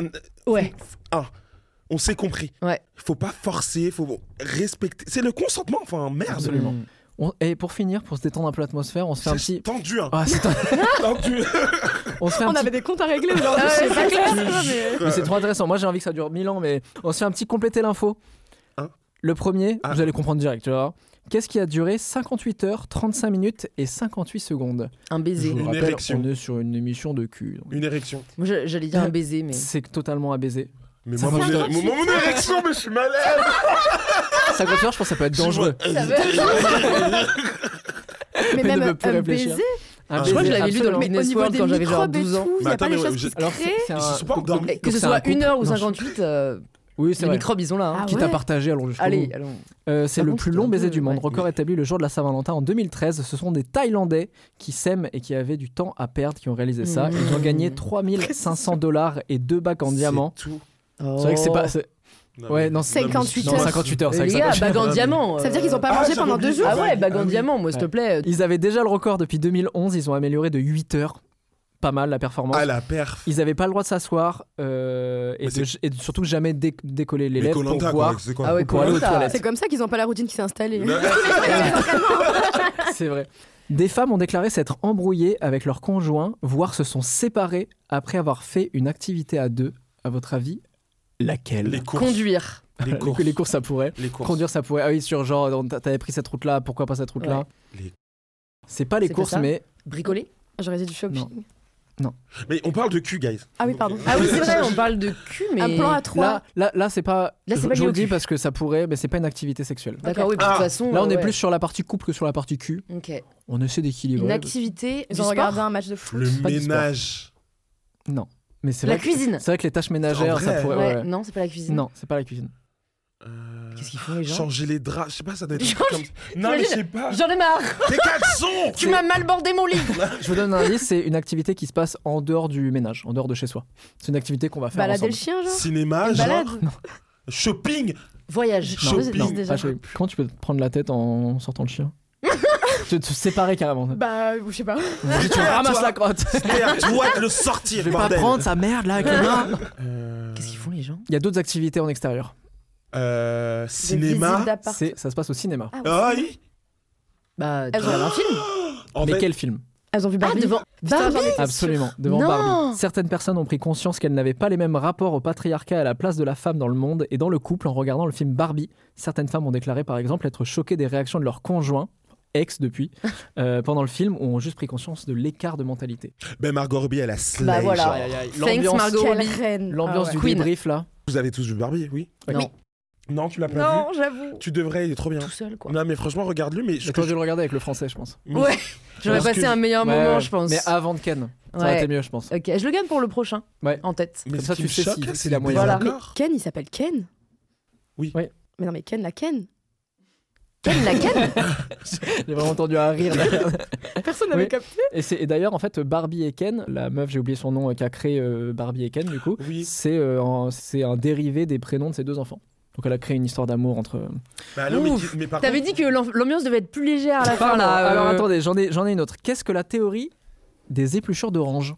S4: Ouais.
S2: on s'est compris.
S4: Ouais.
S2: Faut pas forcer, faut respecter. C'est le consentement, enfin merde.
S1: Absolument. On- et pour finir, pour se détendre un peu l'atmosphère, on se fait un
S2: C'est
S1: petit.
S2: tendu, hein.
S1: Ah, c'est un- [LAUGHS]
S2: [LAUGHS] tendu.
S1: On se fait un
S3: On
S1: petit.
S3: avait des comptes à régler aujourd'hui, Ah, c'est pas clair.
S2: [LAUGHS] Euh.
S1: Mais c'est trop intéressant. Moi, j'ai envie que ça dure 1000 ans, mais on se fait un petit compléter l'info.
S2: Hein
S1: Le premier,
S2: Ah.
S1: vous allez comprendre direct, tu vas voir. Qu'est-ce qui a duré 58 heures, 35 minutes et 58 secondes
S4: Un
S1: Je
S4: baiser.
S1: vous
S2: Une
S1: rappelle,
S2: érection.
S1: on est sur une émission de cul. donc
S2: Une érection.
S4: Moi, je- j'allais dire un baiser, mais.
S1: C'est totalement à baiser.
S2: Mais
S1: Ça
S2: moi, mon,
S1: fait
S2: érection, mon, mon érection, mais je suis malade
S1: 58 heures, je pense que ça peut être dangereux.
S3: Mais
S1: ne
S3: même
S1: veut plus
S3: un
S1: réfléchir.
S3: baiser,
S1: Un
S2: Ah, Je
S4: Je crois que je
S1: baiser,
S4: l'avais lu dans le
S1: absolument.
S3: mais au
S4: Guinness
S3: niveau
S4: World
S3: des
S4: quand j'avais genre
S3: microbes et
S4: 12 ans.
S3: tout,
S2: Mais
S3: il y a pas
S2: attends,
S3: des
S2: mais
S3: choses
S2: je-
S3: qui
S1: Alors, c'est-
S3: créent.
S1: c'est un-
S2: Ils se sont pas
S1: donc-
S2: endormis.
S1: donc
S4: Que ce
S1: c'est un
S4: soit 1
S1: couple-
S4: heure ou
S1: non, je-
S4: 58, euh,
S1: Oui, c'est
S4: les
S1: vrai.
S4: microbes, ils ont là. hein.
S3: Ah
S1: Quitte
S3: ouais.
S1: à partager, allons jusqu'au bout.
S4: Allez, allons.
S1: Euh, c'est
S4: Par
S1: le
S4: contre,
S1: plus
S4: c'est
S1: long
S4: Ah un
S1: baiser
S4: peu-
S1: du monde,
S4: ouais.
S1: record établi le jour de la Saint-Valentin en 2013. Ce sont des Thaïlandais qui s'aiment et qui avaient du temps à perdre qui ont réalisé ça.
S4: Mmh.
S1: Ils ont gagné 3500 dollars et deux bacs en diamant.
S2: C'est Oh. tout.
S1: C'est vrai que c'est pas. c'est-
S2: Non,
S1: Ouais,
S2: mais-
S1: non,
S3: c'est-
S1: c'est-
S2: mais-
S3: 58
S1: non,
S3: heures.
S1: 58 heures, c'est vrai
S4: Les
S1: que ça
S4: gars,
S1: compte.
S4: bague en diamant.
S3: Ça veut dire qu'ils ont pas
S2: Ah,
S3: mangé
S2: j'avais
S3: pendant
S2: oublié
S3: deux jours.
S4: Ah ouais,
S2: Ouais.
S4: bague
S2: Ah
S4: en
S2: oui.
S4: diamant, moi, s'il te plaît.
S1: Ils avaient déjà le record depuis 2011, ils ont amélioré de 8 heures. Pas mal la performance.
S2: Ah, la perf.
S1: Ils n'avaient pas le droit de s'asseoir euh, et,
S2: Mais
S1: de- et de- surtout jamais dé- décoller les
S2: Mais
S1: lèvres pour
S2: Koh-Lanta,
S1: voir.
S2: quoi, c'est quoi
S4: Ah ouais,
S1: pour aller aux
S4: Koh-Lanta.
S1: toilettes.
S3: C'est comme ça qu'ils ont pas la routine qui s'est installée.
S1: [LAUGHS] C'est vrai. Des femmes ont déclaré s'être embrouillées avec leur conjoint, voire se sont séparées après avoir fait une activité à deux. À votre avis, [LAUGHS] laquelle
S2: Les courses.
S4: Conduire.
S2: Les courses.
S1: les courses, ça pourrait.
S2: Les courses.
S1: Conduire, ça pourrait. Ah oui, sur genre, on- t'avais pris cette route-là, pourquoi pas cette route-là
S4: Ouais.
S2: Les-
S1: C'est pas les
S4: C'est pas
S1: courses,
S4: ça
S1: mais
S4: Bricoler
S3: J'aurais dit du
S1: Non.
S3: shopping.
S2: Mais on parle de cul, guys.
S3: Ah oui, pardon.
S4: Ah oui, c'est vrai, [LAUGHS] on parle de cul, mais.
S3: Un plan à trois.
S1: là, là, là, c'est pas.
S4: Là, c'est
S1: je-
S4: pas
S1: je vous
S4: lié
S1: le
S4: au
S1: dis
S4: cul.
S1: parce que ça pourrait, mais c'est pas une activité sexuelle.
S4: D'accord, oui, puis de toute façon.
S1: Là, on
S4: euh,
S1: est
S4: ouais.
S1: plus sur la partie couple que sur la partie cul.
S4: Ok.
S1: On essaie d'équilibrer.
S4: Une activité.
S3: Ils
S4: du
S3: ont
S4: sport
S3: regardé un match de foot.
S2: Le
S1: pas du
S2: ménage.
S1: Mais c'est
S4: La
S1: vrai que-
S4: cuisine.
S1: C'est vrai que les tâches ménagères,
S2: En
S1: ça
S2: vrai.
S1: pourrait. ouais,
S4: Ouais,
S1: ouais.
S4: non, c'est pas la cuisine.
S1: Non, c'est pas la cuisine.
S2: Euh,
S4: Qu'est-ce qu'ils font, les gens
S2: Changer les draps. Je sais pas, ça doit être un truc
S4: Changer-
S2: comme... Non, mais je sais pas.
S4: J'en ai marre
S2: Tes caleçons
S4: Tu m'as mal bordé mon lit
S1: Je vous donne un indice, c'est une activité qui se passe en dehors du ménage, en dehors de chez soi. C'est une activité qu'on va faire
S3: Balader le
S1: ensemble.
S3: chien, genre.
S2: Cinéma,
S3: Une balade.
S2: genre. Shopping
S4: Voyage.
S1: Non,
S2: Shopping.
S1: non,
S3: Déjà.
S1: pas shopping. Comment tu peux te prendre la tête en sortant le
S3: [LAUGHS]
S1: chien Tu te séparer carrément.
S3: Bah, je sais pas.
S1: Tu tu ramasses la crotte.
S2: Merde, tu dois te le sortir,
S1: Je vais pas
S2: bordel.
S1: prendre sa merde là avec les mains.
S2: Euh,
S4: Qu'est-ce qu'ils font, les gens
S1: Il y a d'autres activités en extérieur.
S2: euh,
S3: Des
S2: Cinéma.
S3: visites d'appart.
S1: C'est, ça se passe au cinéma.
S2: Ah oui
S4: Bah, tu
S3: Elles ont-
S4: regardes un film
S2: En
S1: Mais
S2: fait,
S1: quel film
S3: Elles ont vu
S4: Ah,
S3: Barbie.
S4: devant.
S3: Putain,
S4: Barbie
S3: j'en étais
S1: Absolument, devant
S4: Non
S1: Barbie. Certaines personnes ont pris conscience qu'elles n'avaient pas les mêmes rapports au patriarcat et à la place de la femme dans le monde et dans le couple en regardant le film Barbie. Certaines femmes ont déclaré par exemple être choquées des réactions de leur conjoint, ex depuis, euh, pendant le film, ou ont juste pris conscience de l'écart de mentalité.
S2: ben Margot Robbie, elle a slay,
S4: Bah voilà.
S2: genre.
S4: Thanks,
S1: L'ambiance-
S4: Margot
S3: Quelle
S4: Robbie.
S3: reine.
S1: L'ambiance
S3: Ah
S1: du
S3: ouais.
S4: Queen.
S1: débrief là.
S2: Vous avez tous vu Barbie, oui
S1: Ouais.
S4: Non.
S2: Non, tu l'as pas vu
S3: Non, j'avoue.
S2: Tu devrais, il est trop bien.
S4: Tout seul, quoi.
S2: Non, mais franchement, regarde-le, mais... je-
S1: J'ai dû le regarder avec le français, je pense.
S2: mais-
S4: Ouais, j'aurais
S2: Parce
S4: passé
S2: que-
S4: un meilleur
S1: Ouais,
S4: moment,
S1: ouais.
S4: je pense.
S1: Mais ah. avant de Ken, ça aurait
S4: Ouais.
S1: été mieux, je pense.
S4: Ok, je le gagne pour le prochain.
S1: Ouais.
S4: En tête.
S2: Mais
S1: Comme
S2: ce
S1: ça, tu
S2: qui me
S1: sais
S2: choque,
S1: s'il-
S2: c'est
S1: s'il
S2: les
S1: a moyen.
S4: Voilà.
S3: Mais
S2: désaccords.
S3: Ken, il s'appelle Ken
S2: Oui.
S1: Ouais.
S3: Mais non, mais Ken, la Ken.
S4: [LAUGHS] Quelle la quelle
S1: J'ai vraiment entendu un rire. derrière.
S3: Personne
S1: Oui.
S3: n'avait capté.
S1: Et, c'est- et d'ailleurs, en fait, Barbie et Ken, la meuf, j'ai oublié son nom, euh, qui a créé euh, Barbie et Ken, du coup,
S2: Oui.
S1: c'est euh, un, c'est un dérivé des prénoms de ses deux enfants. Donc elle a créé une histoire d'amour entre. euh,
S2: Bah non, mais,
S4: Ouf.
S2: mais par
S4: T'avais
S2: contre-
S4: dit que l'am- l'ambiance devait être plus légère à la fin,
S1: Pardon,
S4: là. euh,
S1: Oh, Alors attendez, j'en ai, j'en ai une autre. Qu'est-ce que la théorie des épluchures d'orange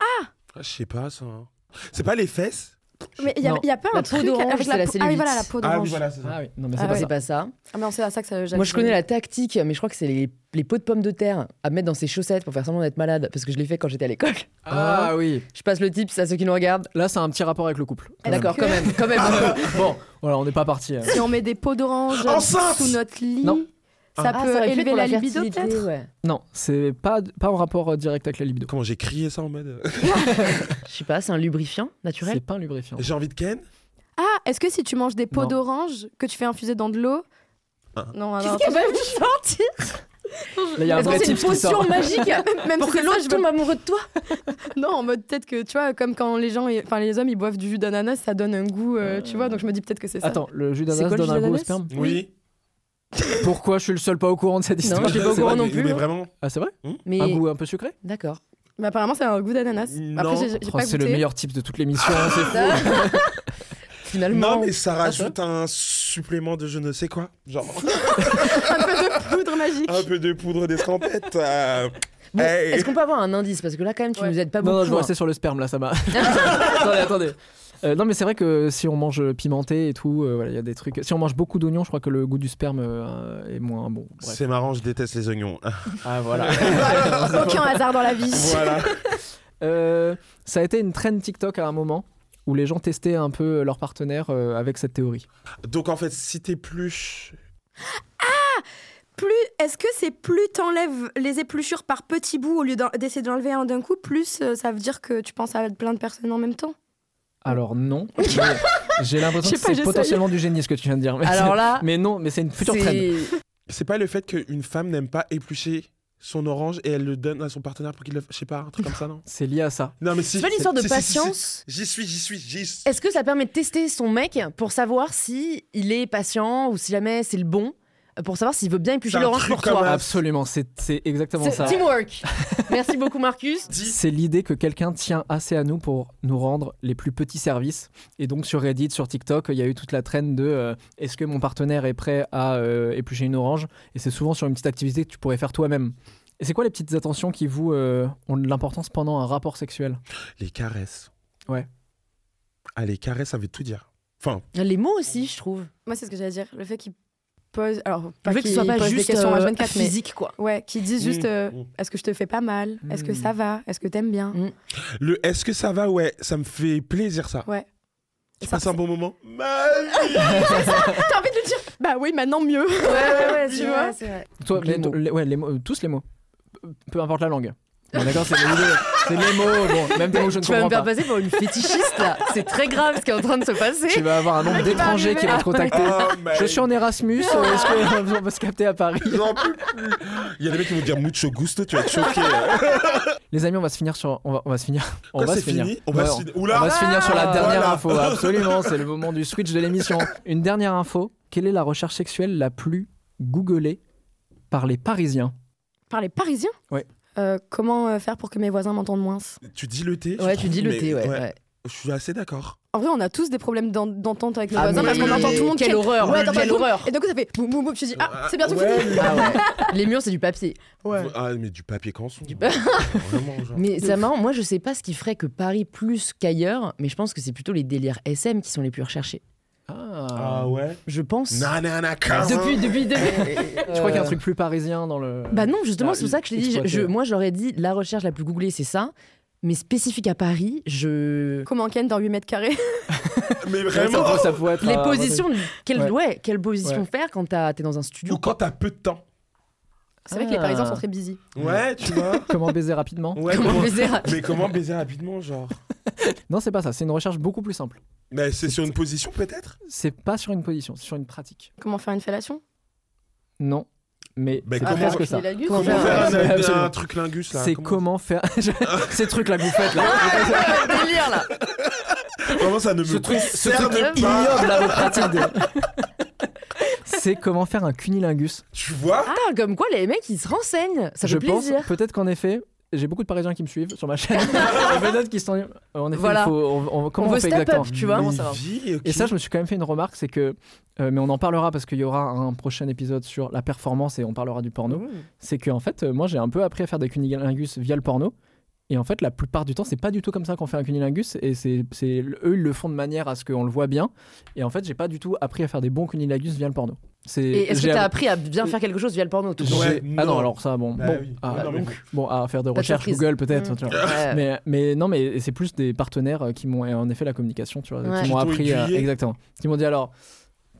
S2: Ah, je sais pas, ça... hein. C'est pas les fesses
S3: Mais il y, a-
S1: Non.
S3: y a pas
S4: La
S3: un
S4: peau
S3: truc
S4: d'orange,
S3: avec
S4: c'est la
S3: la peau. Ah oui,
S4: cellulite.
S3: voilà, la peau
S2: Ah oui,
S3: d'orange.
S2: voilà, c'est ça.
S1: Ah oui, non mais
S3: Ah
S1: c'est pas ça.
S3: ouais.
S4: C'est pas ça.
S3: Ah, mais non, c'est à ça que ça.
S4: Moi, je connais la tactique, mais je crois que c'est les, les pots de pommes de terre à mettre dans ses chaussettes pour faire semblant d'être malade, parce que je l'ai fait quand j'étais à l'école. [LAUGHS]
S1: Ah oui.
S4: Je passe le tips à ceux qui nous regardent.
S1: Là, c'est un petit rapport avec le couple. quand même.
S4: Ah, D'accord, quand même, quand même.
S2: Ah,
S1: Bon, voilà, on n'est pas parti. hein.
S3: Si on met des peaux d'orange
S2: [LAUGHS] Enceinte
S3: sous notre lit,
S1: Non.
S3: ça
S4: Ah,
S3: peut
S4: aurait pu être
S3: élever
S4: pour
S3: la, libido
S4: fertilité,
S3: peut-être.
S4: ouais.
S1: [LAUGHS] Non, c'est pas pas en rapport euh, direct avec la libido.
S2: Comment j'ai crié ça en mode... euh,
S4: Je sais pas, c'est un lubrifiant
S1: C'est
S4: naturel.
S1: pas un lubrifiant.
S2: j'ai envie de Ken
S3: Ah, est-ce que si tu manges des peaux
S1: Non.
S3: d'orange que tu fais infuser dans de l'eau
S2: Ah.
S3: Non, alors,
S4: Qu'est-ce qu'elle va me sortir
S1: Là, il y a un
S4: Est-ce
S1: vrai
S4: que c'est une
S1: type qui sort.
S4: potion magique [LAUGHS]
S3: même
S4: pour
S3: si
S4: que
S3: c'est ça, je
S4: l'autre
S3: veux-
S4: tombe amoureux de toi
S3: Non, en mode peut-être que tu vois, comme quand les gens, enfin les hommes, ils boivent du jus d'ananas, ça donne un goût, euh, tu vois. Donc je me dis peut-être que c'est
S1: [LAUGHS]
S3: ça.
S1: Attends, le jus
S4: C'est
S1: d'ananas
S4: quoi le
S1: donne
S4: jus
S1: un goût au
S4: d'ananas
S1: sperme
S2: Oui. Ah, bah,
S1: Pourquoi je suis le seul pas au courant de cette histoire [LAUGHS]
S4: je suis pas au
S1: C'est
S4: courant
S1: vrai.
S4: non
S2: mais-
S4: plus,
S2: Mais
S4: hein.
S2: vraiment
S1: Ah, c'est vrai
S4: Mais
S1: Un goût un peu sucré
S4: d'accord.
S3: Mais apparemment, c'est un goût d'ananas. Après,
S2: Non.
S3: j'ai- j'ai
S1: Oh,
S3: pas
S1: C'est
S3: goûté. Ah,
S1: le meilleur type de toute l'émission. hein, c'est fou.
S4: Finalement,
S2: Non, mais ça
S4: Ah, ça
S2: rajoute un supplément de je ne sais quoi.
S4: [LAUGHS]
S2: Genre
S3: Un peu de poudre magique.
S2: un peu de poudre d'escampette. euh,
S4: Bon,
S2: Hey.
S4: est-ce qu'on peut avoir un indice parce que là quand même tu
S3: Ouais.
S4: nous aides pas
S1: Non, non, je
S4: beaucoup.
S1: vais
S4: hein.
S1: rester sur le sperme là, ça
S3: [LAUGHS]
S1: m'a. attendez, attendez. Euh, non, mais c'est vrai que si on mange pimenté et tout, euh, voilà, il y a des trucs. Si on mange beaucoup d'oignons, je crois que le goût du sperme euh, est moins bon. Bref.
S2: C'est marrant, je déteste les oignons. [LAUGHS]
S1: Ah voilà.
S3: [LAUGHS] Aucun hasard dans la vie.
S2: voilà.
S1: Euh, ça a été une trend TikTok à un moment où les gens testaient un peu leur partenaire euh, avec cette théorie.
S2: Donc en fait, si t'épluches.
S3: Plus, est-ce que c'est plus t'enlèves les épluchures par petits bouts au lieu d'en- d'essayer d'enlever un d'un coup, plus euh, ça veut dire que tu penses à plein de personnes en même temps
S1: Alors
S3: [LAUGHS]
S1: non, mais j'ai l'impression
S3: Je sais
S1: que
S3: pas,
S1: c'est
S3: j'essayais.
S1: potentiellement du génie ce que tu viens de dire. Mais,
S4: Alors là,
S1: mais non, mais c'est une future trend.
S4: c'est
S2: C'est pas le fait qu'une femme n'aime pas éplucher son orange et elle le donne à son partenaire pour qu'il le. Je sais pas, un truc comme ça, non
S1: C'est lié à ça.
S2: Non, mais si.
S4: c'est pas une histoire de
S2: Si, si, si, si.
S4: patience.
S2: J'y suis, j'y suis, j'y suis.
S4: Est-ce que ça permet de tester son mec pour savoir si il est patient ou si jamais c'est le bon, pour savoir s'il veut bien éplucher
S2: C'est un
S4: l'orange
S2: truc
S4: pour
S2: comme
S4: toi
S2: un-
S1: Absolument, c'est c'est exactement
S4: C'est
S1: ça.
S4: Teamwork. Merci beaucoup Marcus.
S2: Dis.
S1: C'est l'idée que quelqu'un tient assez à nous pour nous rendre les plus petits services. Et donc sur Reddit, sur TikTok, il y a eu toute la traîne de euh, est-ce que mon partenaire est prêt à euh, éplucher une orange Et c'est souvent sur une petite activité que tu pourrais faire toi-même. Et c'est quoi les petites attentions qui vous euh, ont de l'importance pendant un rapport sexuel
S2: Les caresses.
S1: Ouais.
S2: Ah, les caresses, ça veut tout dire. Enfin,
S4: Les mots aussi, je trouve.
S3: Moi, c'est ce que j'allais dire. Le fait qu'ils posent. Alors,
S4: Le
S3: pas
S4: fait que
S3: qu'ils
S4: ce soit pas
S3: posent
S4: juste
S3: des questions
S4: euh,
S3: à 24, mais.
S4: physique quoi.
S3: Ouais, qu'ils disent juste
S2: Mm,
S3: euh,
S2: mm.
S3: est-ce que je te fais pas mal Est-ce que
S1: Mm.
S3: ça va Est-ce que t'aimes bien
S2: le est-ce que ça va Ouais, ça me fait plaisir, ça.
S3: Ouais.
S2: Tu
S3: Ça-
S2: passes un bon moment [LAUGHS] Ma
S3: T'as envie de lui dire Bah oui, maintenant mieux.
S4: Ouais ouais [LAUGHS] ouais,
S3: c'est vrai,
S1: Toi,
S4: Donc, les
S1: les-
S4: mots.
S1: les- ouais, les mots, euh, tous les mots. Peu- Peu importe la
S4: [LAUGHS]
S1: langue. Bon, D'accord, c'est les, mots- c'est les mots. Bon, même des mots que je ne
S4: Tu vas me
S1: comprends
S4: faire
S1: pas.
S4: passer pour une fétichiste là. C'est [LAUGHS] très grave ce qui est en train de se
S1: Tu
S4: passer.
S1: vas avoir un nombre d'étrangers qui vont te contacter.
S4: Ah
S2: Oh
S1: Je
S2: my
S1: suis en Erasmus, euh, est-ce [LAUGHS] qu'on peut se capter à Paris
S2: [LAUGHS] J'en peux plus. Il y a des mecs qui vont dire mucho gusto, tu vas être choqué.
S1: Les amis, on va se finir sur. On va, on va se
S2: [LAUGHS]
S1: finir. On
S2: Quoi,
S1: va
S2: c'est
S1: se finir.
S2: fini On va
S1: Ouais,
S2: se finir. Oula
S1: on va se finir sur la dernière
S2: Voilà. [LAUGHS]
S1: info. Absolument, c'est le moment du switch de l'émission. Une dernière info. Quelle est la recherche sexuelle la plus googlée par les Parisiens
S3: Par les Parisiens
S1: Ouais.
S3: Euh, comment euh, faire pour que mes voisins m'entendent moins
S2: Tu dis le thé je
S4: Ouais, tu
S2: trouve,
S4: dis le
S2: mais-
S4: thé, ouais. ouais.
S2: Je suis assez d'accord.
S3: En vrai, on a tous des problèmes d'en- d'entente avec nos
S4: Ah,
S3: voisins
S4: mais-
S3: parce qu'on entend tout le monde.
S4: Quelle
S3: qui-
S4: horreur,
S3: Ouais, t'entends
S4: quelle
S3: tout le monde.
S4: horreur.
S3: Et donc, ça fait boum boum boum. Je dis Ah, c'est bientôt
S2: Ouais,
S3: fini.
S2: mais-
S4: Ah ouais. [LAUGHS] Les murs, c'est du papier.
S2: Ah, mais du papier canson.
S4: Du pa-
S2: [LAUGHS] Vraiment, genre.
S4: Mais c'est marrant, moi je sais pas ce qui ferait que Paris plus qu'ailleurs, mais je pense que c'est plutôt les délires SM qui sont les plus recherchés.
S1: Ah.
S2: Ah ouais
S4: Je pense.
S2: Nanana,
S4: Depuis, depuis, [LAUGHS] depuis.
S1: Je crois qu'il y a un truc plus parisien dans le.
S4: Bah non, justement,
S1: Ah,
S4: c'est pour ça que je l'ai dit. je-
S1: exploité,
S4: je-
S1: ouais.
S4: moi j'aurais dit la recherche la plus googlée, c'est ça. Mais spécifique à Paris, je.
S3: Comment Ken dans 8 mètres carrés [LAUGHS]
S2: Mais
S1: Ouais, ça,
S2: vraiment
S1: pourrait- ça pourrait être euh,
S4: Les
S1: un-
S4: positions, quelle,
S1: Ah, Ouais.
S4: ouais. quelle position
S1: Ouais.
S4: faire quand t'as- t'es dans un
S2: Ou
S4: studio
S2: quand t'as peu de temps.
S3: C'est vrai que les Parisiens
S1: Ah.
S3: sont très busy.
S2: Ouais, tu [LAUGHS] vois.
S1: [LAUGHS] Comment baiser rapidement
S2: Ouais,
S4: Comment
S2: comment-
S4: baiser
S2: Mais comment baiser rapidement, genre
S1: Non, c'est pas ça. C'est une recherche beaucoup plus simple.
S2: Mais c'est sur une position peut-être
S1: C'est pas sur une position, c'est sur une pratique.
S3: Comment faire une fellation
S1: Non, Ah, mais
S2: Bah,
S1: c'est
S2: comment-
S1: pas presque ça.
S3: filer la gueule.
S4: Comment
S2: Comment faire
S4: faire
S1: [LAUGHS]
S2: un-
S1: Ouais,
S2: un,
S1: absolument.
S2: truc lingus là
S1: C'est
S2: Comment-
S1: comment faire [LAUGHS]
S2: [LAUGHS]
S1: ces trucs là que vous faites là.
S4: [LAUGHS] délire là
S2: Vraiment, ça ne
S1: ce
S2: me
S1: truc, ce
S2: concerne
S1: truc
S2: pas.
S1: ignoble là, vos pratiques. de- [LAUGHS] C'est comment faire un cunilingus.
S2: Tu vois
S4: Ah, comme quoi les mecs ils se renseignent Ça fait
S1: je pense,
S4: plaisir
S1: peut-être qu'en effet, j'ai beaucoup de Parisiens qui me suivent sur ma
S4: [LAUGHS]
S1: chaîne. Et peut-être qu'ils sont. euh, En effet,
S4: Voilà.
S1: il faut- on, on- comment
S4: On
S1: on,
S4: veut
S1: fait
S4: step
S1: exactement
S4: up, tu vois.
S2: Mais
S4: ça va.
S2: vie, ok.
S1: Et ça, je me suis quand même fait une remarque, c'est que, euh, mais on en parlera parce qu'il y aura un prochain épisode sur la performance et on parlera du porno. C'est que en fait, euh, moi, j'ai un peu appris à faire des cunilingus via le porno. Et en fait, la plupart du temps, c'est pas du tout comme ça qu'on fait un cunilingus. Et c'est, c'est- eux, ils le font de manière à ce qu'on le voit bien. Et en fait, j'ai pas du tout appris à faire des bons cunilingus via le porno. C'est,
S4: Et est-ce que
S1: j'ai
S4: t'as
S1: app-
S4: appris à bien faire quelque chose via le porno tout
S1: j'ai-
S4: court
S2: Ouais,
S1: Ah
S2: non.
S1: non, alors ça, bon,
S2: Bah
S1: bon,
S2: oui.
S1: ah,
S2: Non, mais
S1: donc, bon, à faire des
S4: de
S1: recherches
S4: surprise. Mm.
S1: Google peut-être. tu vois. [LAUGHS]
S4: Ouais.
S1: Mais, mais non, mais c'est plus des partenaires euh, qui m'ont, et en effet, la communication, tu vois,
S4: Ouais.
S1: qui
S2: Qui
S1: m'ont
S2: t'ont
S1: appris, à-
S2: aiguillé.
S1: exactement, qui m'ont dit alors,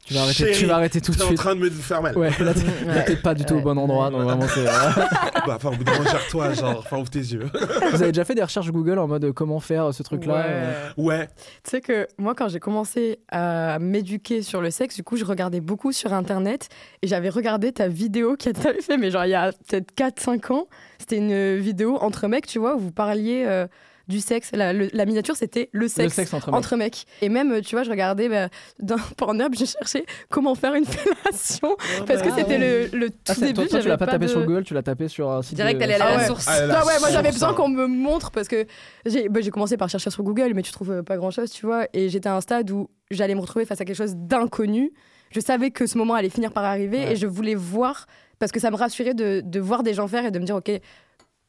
S1: tu vas arrêter, tu
S2: Chérie,
S1: vas arrêter tout de
S2: T'es en
S1: suite.
S2: train de me faire mal.
S1: Ouais, là, t'es,
S4: Ouais.
S1: là, t'es pas du tout au
S4: Ouais.
S1: bon endroit, donc vraiment, c'est.
S2: Bah, enfin, au bout d'un moment, gère-toi, genre, enfin, ouvre tes yeux. [LAUGHS]
S1: Vous avez déjà fait des recherches Google en mode euh, comment faire euh, ce truc-là euh,
S2: Ouais,
S3: Tu sais que moi, quand j'ai commencé à m'éduquer sur le sexe, du coup, je regardais beaucoup sur Internet et j'avais regardé ta vidéo que t'avais fait, mais genre il y a peut-être 4-5 ans. C'était une vidéo entre mecs, tu vois, où vous parliez euh, du sexe. La, le- la miniature, c'était le
S1: Le
S3: sexe.
S1: sexe entre mecs.
S3: entre mecs. Et même, tu vois, je regardais bah, dans [LAUGHS] Pornhub, j'ai cherché comment
S1: [LAUGHS]
S3: faire une fellation parce
S2: bah
S3: que
S1: Ah
S3: c'était
S1: ouais.
S3: le, le tout
S1: Ah, c'est-
S3: début.
S1: toi, toi, tu
S3: j'avais
S1: l'as pas, tapé
S3: de-
S1: sur Google, tu l'as tapé sur un site.
S4: Direct,
S1: de-
S4: elle est à
S3: Ah
S4: la
S3: ouais.
S4: source.
S2: Ah, là,
S3: Bah ouais, moi
S2: source,
S3: j'avais
S2: hein.
S3: besoin qu'on me montre parce que j'ai bah, j'ai commencé par chercher sur Google, mais tu trouves euh, pas grand chose, tu vois. Et j'étais à un stade où j'allais me retrouver face à quelque chose d'inconnu. Je savais que ce moment allait finir par arriver
S1: Ouais.
S3: et je voulais voir parce que ça me rassurait de, de voir des gens faire et de me dire, ok,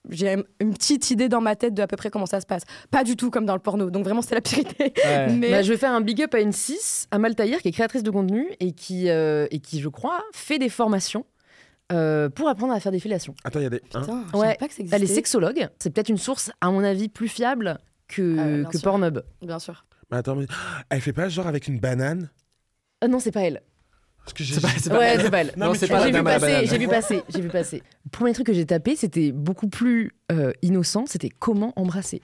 S3: j'ai une petite idée dans ma tête de à peu près comment ça se passe. Pas du tout comme dans le porno, donc vraiment c'était la vérité.
S1: Ouais.
S3: [LAUGHS] Mais
S4: Bah, je vais faire un big up à une 6, à Maltaïr, qui est créatrice de contenu et qui, euh, et qui je crois, fait des formations euh, pour apprendre à faire des fellations.
S2: Attends, il y a des. hein
S3: Putain, je
S4: Ouais.
S3: savais pas que ça
S4: Elle est
S3: existait.
S4: sexologue, c'est peut-être une source, à mon avis, plus fiable que,
S3: Ah, bien
S4: que
S3: sûr.
S4: Pornhub.
S3: Bien sûr.
S2: Mais attends, mais... Ah, elle fait pas genre avec une banane
S4: Ah non, c'est pas elle.
S2: Parce que j'ai-
S1: C'est pas, c'est pas-
S4: Ouais, c'est pas elle.
S1: Non,
S2: mais
S1: c'est
S2: tu
S1: pas
S2: vois,
S1: la
S4: J'ai vu
S1: dame à la
S4: passer,
S1: banane.
S4: j'ai vu passer, j'ai vu passer. Le premier truc que j'ai tapé, c'était beaucoup plus euh, innocent, c'était comment embrasser.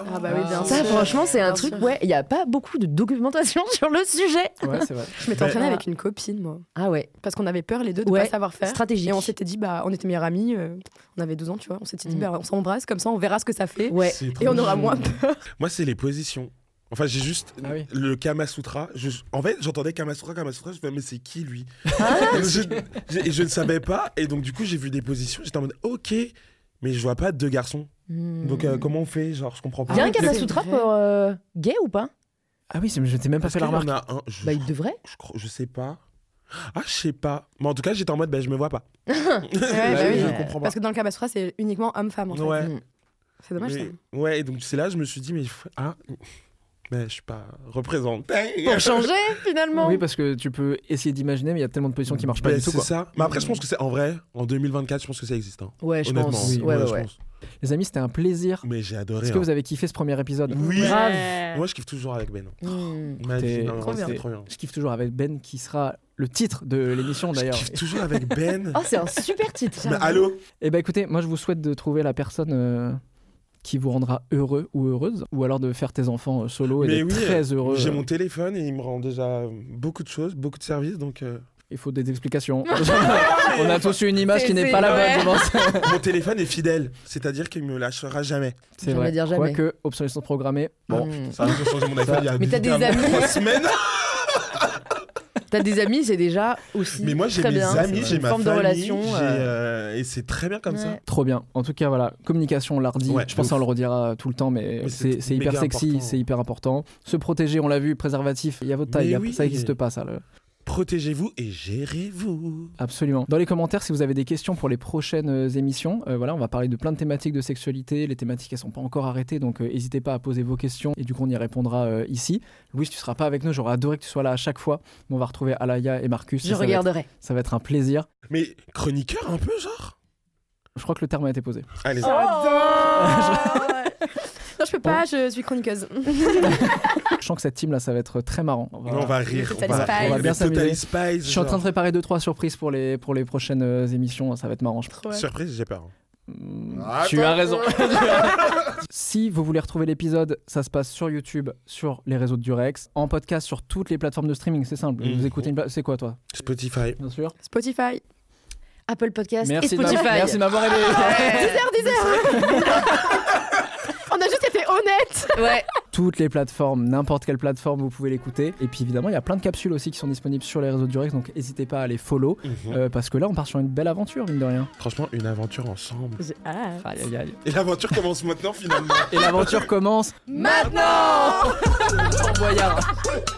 S3: Ah bah oui, bien
S4: Ça,
S3: sûr.
S4: franchement, c'est un
S3: Bien
S4: truc,
S3: sûr.
S4: ouais, il n'y a pas beaucoup de documentation [LAUGHS] sur le sujet.
S1: Ouais, c'est vrai.
S3: Je m'étais entraînée
S4: Ouais.
S3: avec une copine, moi.
S4: Ah ouais,
S3: Parce qu'on avait peur les deux de
S4: Ouais,
S3: pas savoir faire.
S4: stratégique.
S3: Et on s'était dit, bah, on était meilleurs amis, euh, on avait 12 ans, tu vois. On s'était dit,
S4: Mm.
S3: bah, on s'embrasse, comme ça, on verra ce que ça fait.
S4: Ouais.
S2: C'est trop
S3: Et on aura
S2: mignon.
S3: moins peur.
S2: Moi, c'est les positions. Enfin, j'ai juste
S1: Ah oui.
S2: le Kama Sutra. Je- En fait, j'entendais Kama Sutra, Kama Sutra. Je me mais c'est qui lui
S3: Ah,
S2: je... je- et je ne savais pas. Et donc, du coup, j'ai vu des positions. J'étais en mode, ok, mais je vois pas deux garçons. Donc,
S3: Hmm.
S2: euh, comment on fait Genre, je comprends pas.
S4: Il y a
S3: Ah,
S4: hmm. un
S3: le-
S4: Kama Sutra
S3: c'est vrai.
S4: pour euh, gay ou pas
S1: Ah oui, c'est- je t'ai même pas
S2: Parce
S1: fait la
S2: qu'il y en
S1: remarque.
S2: a un, je...
S4: Bah, il devrait.
S2: je crois- je sais pas. Ah, je sais pas. Mais en tout cas, j'étais en mode, ben, je me vois pas.
S3: [LAUGHS] Ouais, bah oui.
S2: [LAUGHS] je comprends pas.
S3: Parce que dans le Kabasura, c'est uniquement homme-femme, en fait.
S2: Ouais.
S4: Mm.
S3: C'est dommage, ça.
S2: Mais- Ouais, et donc c'est là, je me suis dit, mais ah, mais je suis pas représenté. [LAUGHS]
S4: Pour changer, finalement.
S1: Oui, bah, parce que tu peux essayer d'imaginer, mais il y a tellement de positions qui marchent pas
S2: Ben,
S1: du tout.
S2: c'est
S1: Quoi.
S2: ça. Mais après, je pense que c'est en vrai, en 2024, je pense que ça existe. hein.
S4: Ouais, je
S2: Honnêtement,
S4: pense.
S1: oui,
S4: ouais,
S2: ouais,
S4: ouais,
S2: je
S4: ouais.
S2: pense.
S1: Les amis, c'était un plaisir.
S2: Mais j'ai adoré.
S1: Est-ce que
S2: hein.
S1: vous avez kiffé ce premier épisode
S2: Oui.
S4: Grave.
S2: Moi, je kiffe toujours avec Ben.
S4: Mm.
S2: Ma vie,
S1: T'es-
S2: non,
S1: trop
S2: c'est
S1: bien.
S2: trop bien.
S1: Je kiffe toujours avec Ben, qui sera le titre de l'émission
S2: Je
S1: d'ailleurs.
S2: kiffe toujours avec
S1: [LAUGHS]
S2: Ben.
S4: Oh, c'est un super titre.
S2: [LAUGHS] Mais Bah, allô
S1: Eh ben écoutez, moi je vous souhaite de trouver la personne euh, qui vous rendra heureux ou heureuse, ou alors de faire tes enfants euh, solo et
S2: Mais
S1: d'être
S2: oui,
S1: très heureux.
S2: J'ai
S1: Euh,
S2: mon téléphone et il me rend déjà beaucoup de choses, beaucoup de services. Donc, euh,
S1: Il faut des
S4: [LAUGHS]
S1: explications. [LAUGHS] On a tous eu une image qui
S4: C'est-
S1: n'est
S4: c'est-
S1: pas la bonne,
S4: ouais.
S1: je pense.
S2: [LAUGHS] mon téléphone est fidèle. C'est-à-dire qu'il me lâchera jamais.
S1: C'est
S4: J'en
S1: vrai.
S4: ai dire jamais.
S1: Quoique, obsolescence programmée.
S2: Bon,
S1: Hmm.
S4: Mm.
S2: ça, j'ai changé mon iPhone il y a
S4: Mais
S2: [LAUGHS]
S4: t'as des
S2: évidemment
S4: amis
S2: trois semaines.
S4: T'as des amis, c'est déjà aussi.
S2: Mais moi, j'ai
S4: très
S2: mes
S4: bien.
S2: amis,
S4: C'est
S2: j'ai
S4: une
S2: ma
S4: forme
S2: famille.
S4: de relation.
S2: j'ai,
S4: euh,
S2: euh, Et c'est très bien comme ça.
S4: ouais.
S1: Trop bien. En tout cas, voilà, communication, on l'a redit.
S2: Ouais,
S1: je pense
S2: de
S1: qu'on le redira euh, tout le temps, mais,
S2: Mais c'est
S1: c'est c'est hyper
S2: méga
S1: sexy,
S2: important.
S1: c'est hyper important. Se protéger, on l'a vu, préservatif, il y a votre taille,
S2: Mais
S1: y a-
S2: oui.
S1: ça n'existe pas, ça. le-
S2: Protégez-vous et gérez-vous.
S1: Absolument. Dans les commentaires, si vous avez des questions pour les prochaines euh, émissions, euh, voilà, on va parler de plein de thématiques de sexualité. Les thématiques, elles sont pas encore arrêtées, donc euh, n'hésitez pas à poser vos questions et du coup, on y répondra euh, ici. Louis, tu seras pas avec nous, j'aurais adoré que tu sois là à chaque fois. Mais on va retrouver Alaya et Marcus.
S4: Je
S1: Ça, ça va être-
S4: regarderai.
S1: ça va être un plaisir.
S2: Mais chroniqueur un peu, genre
S1: Je crois que le terme a été posé.
S2: Allez,
S3: Oh,
S4: Oh
S3: [LAUGHS] Non, je peux pas, je suis chroniqueuse.
S1: Je sens que cette team là, ça va être très marrant. On va-
S2: on va rire.
S3: Totally Spies.
S1: On va bien
S2: les
S1: s'amuser.
S2: Totally Spies,
S1: Je suis en train de
S2: genre.
S1: préparer deux trois surprises pour les pour les prochaines euh, émissions. Ça va être marrant. Je...
S3: [LAUGHS] Trop, ouais.
S2: Surprise, j'ai peur. hein.
S1: Hmm, tu as raison. [LAUGHS] si vous voulez retrouver l'épisode, ça se passe sur YouTube, sur les réseaux de Durex, en podcast sur toutes les plateformes de streaming. C'est simple.
S2: Mhm.
S1: Vous écoutez une pla- C'est quoi toi
S2: Spotify.
S1: Bien sûr.
S3: Euh, Spotify.
S4: Apple Podcast et
S1: Merci de m'avoir-
S4: Spotify.
S1: merci de m'avoir aidé. [LAUGHS]
S3: 10h, 10h On a juste été honnêtes
S4: Ouais.
S1: toutes les plateformes, n'importe quelle plateforme, vous pouvez l'écouter. Et puis évidemment, il y a plein de capsules aussi qui sont disponibles sur les réseaux de Durex. Donc n'hésitez pas à les follow
S4: Mhm.
S1: euh, parce que là, on part sur une belle aventure mine de rien.
S2: Franchement, une aventure ensemble.
S3: Ah.
S1: Aïe, aïe, aï.
S2: Et l'aventure commence
S4: [LAUGHS]
S2: maintenant, finalement.
S1: Et l'aventure commence
S4: Maintenant
S1: en voyage.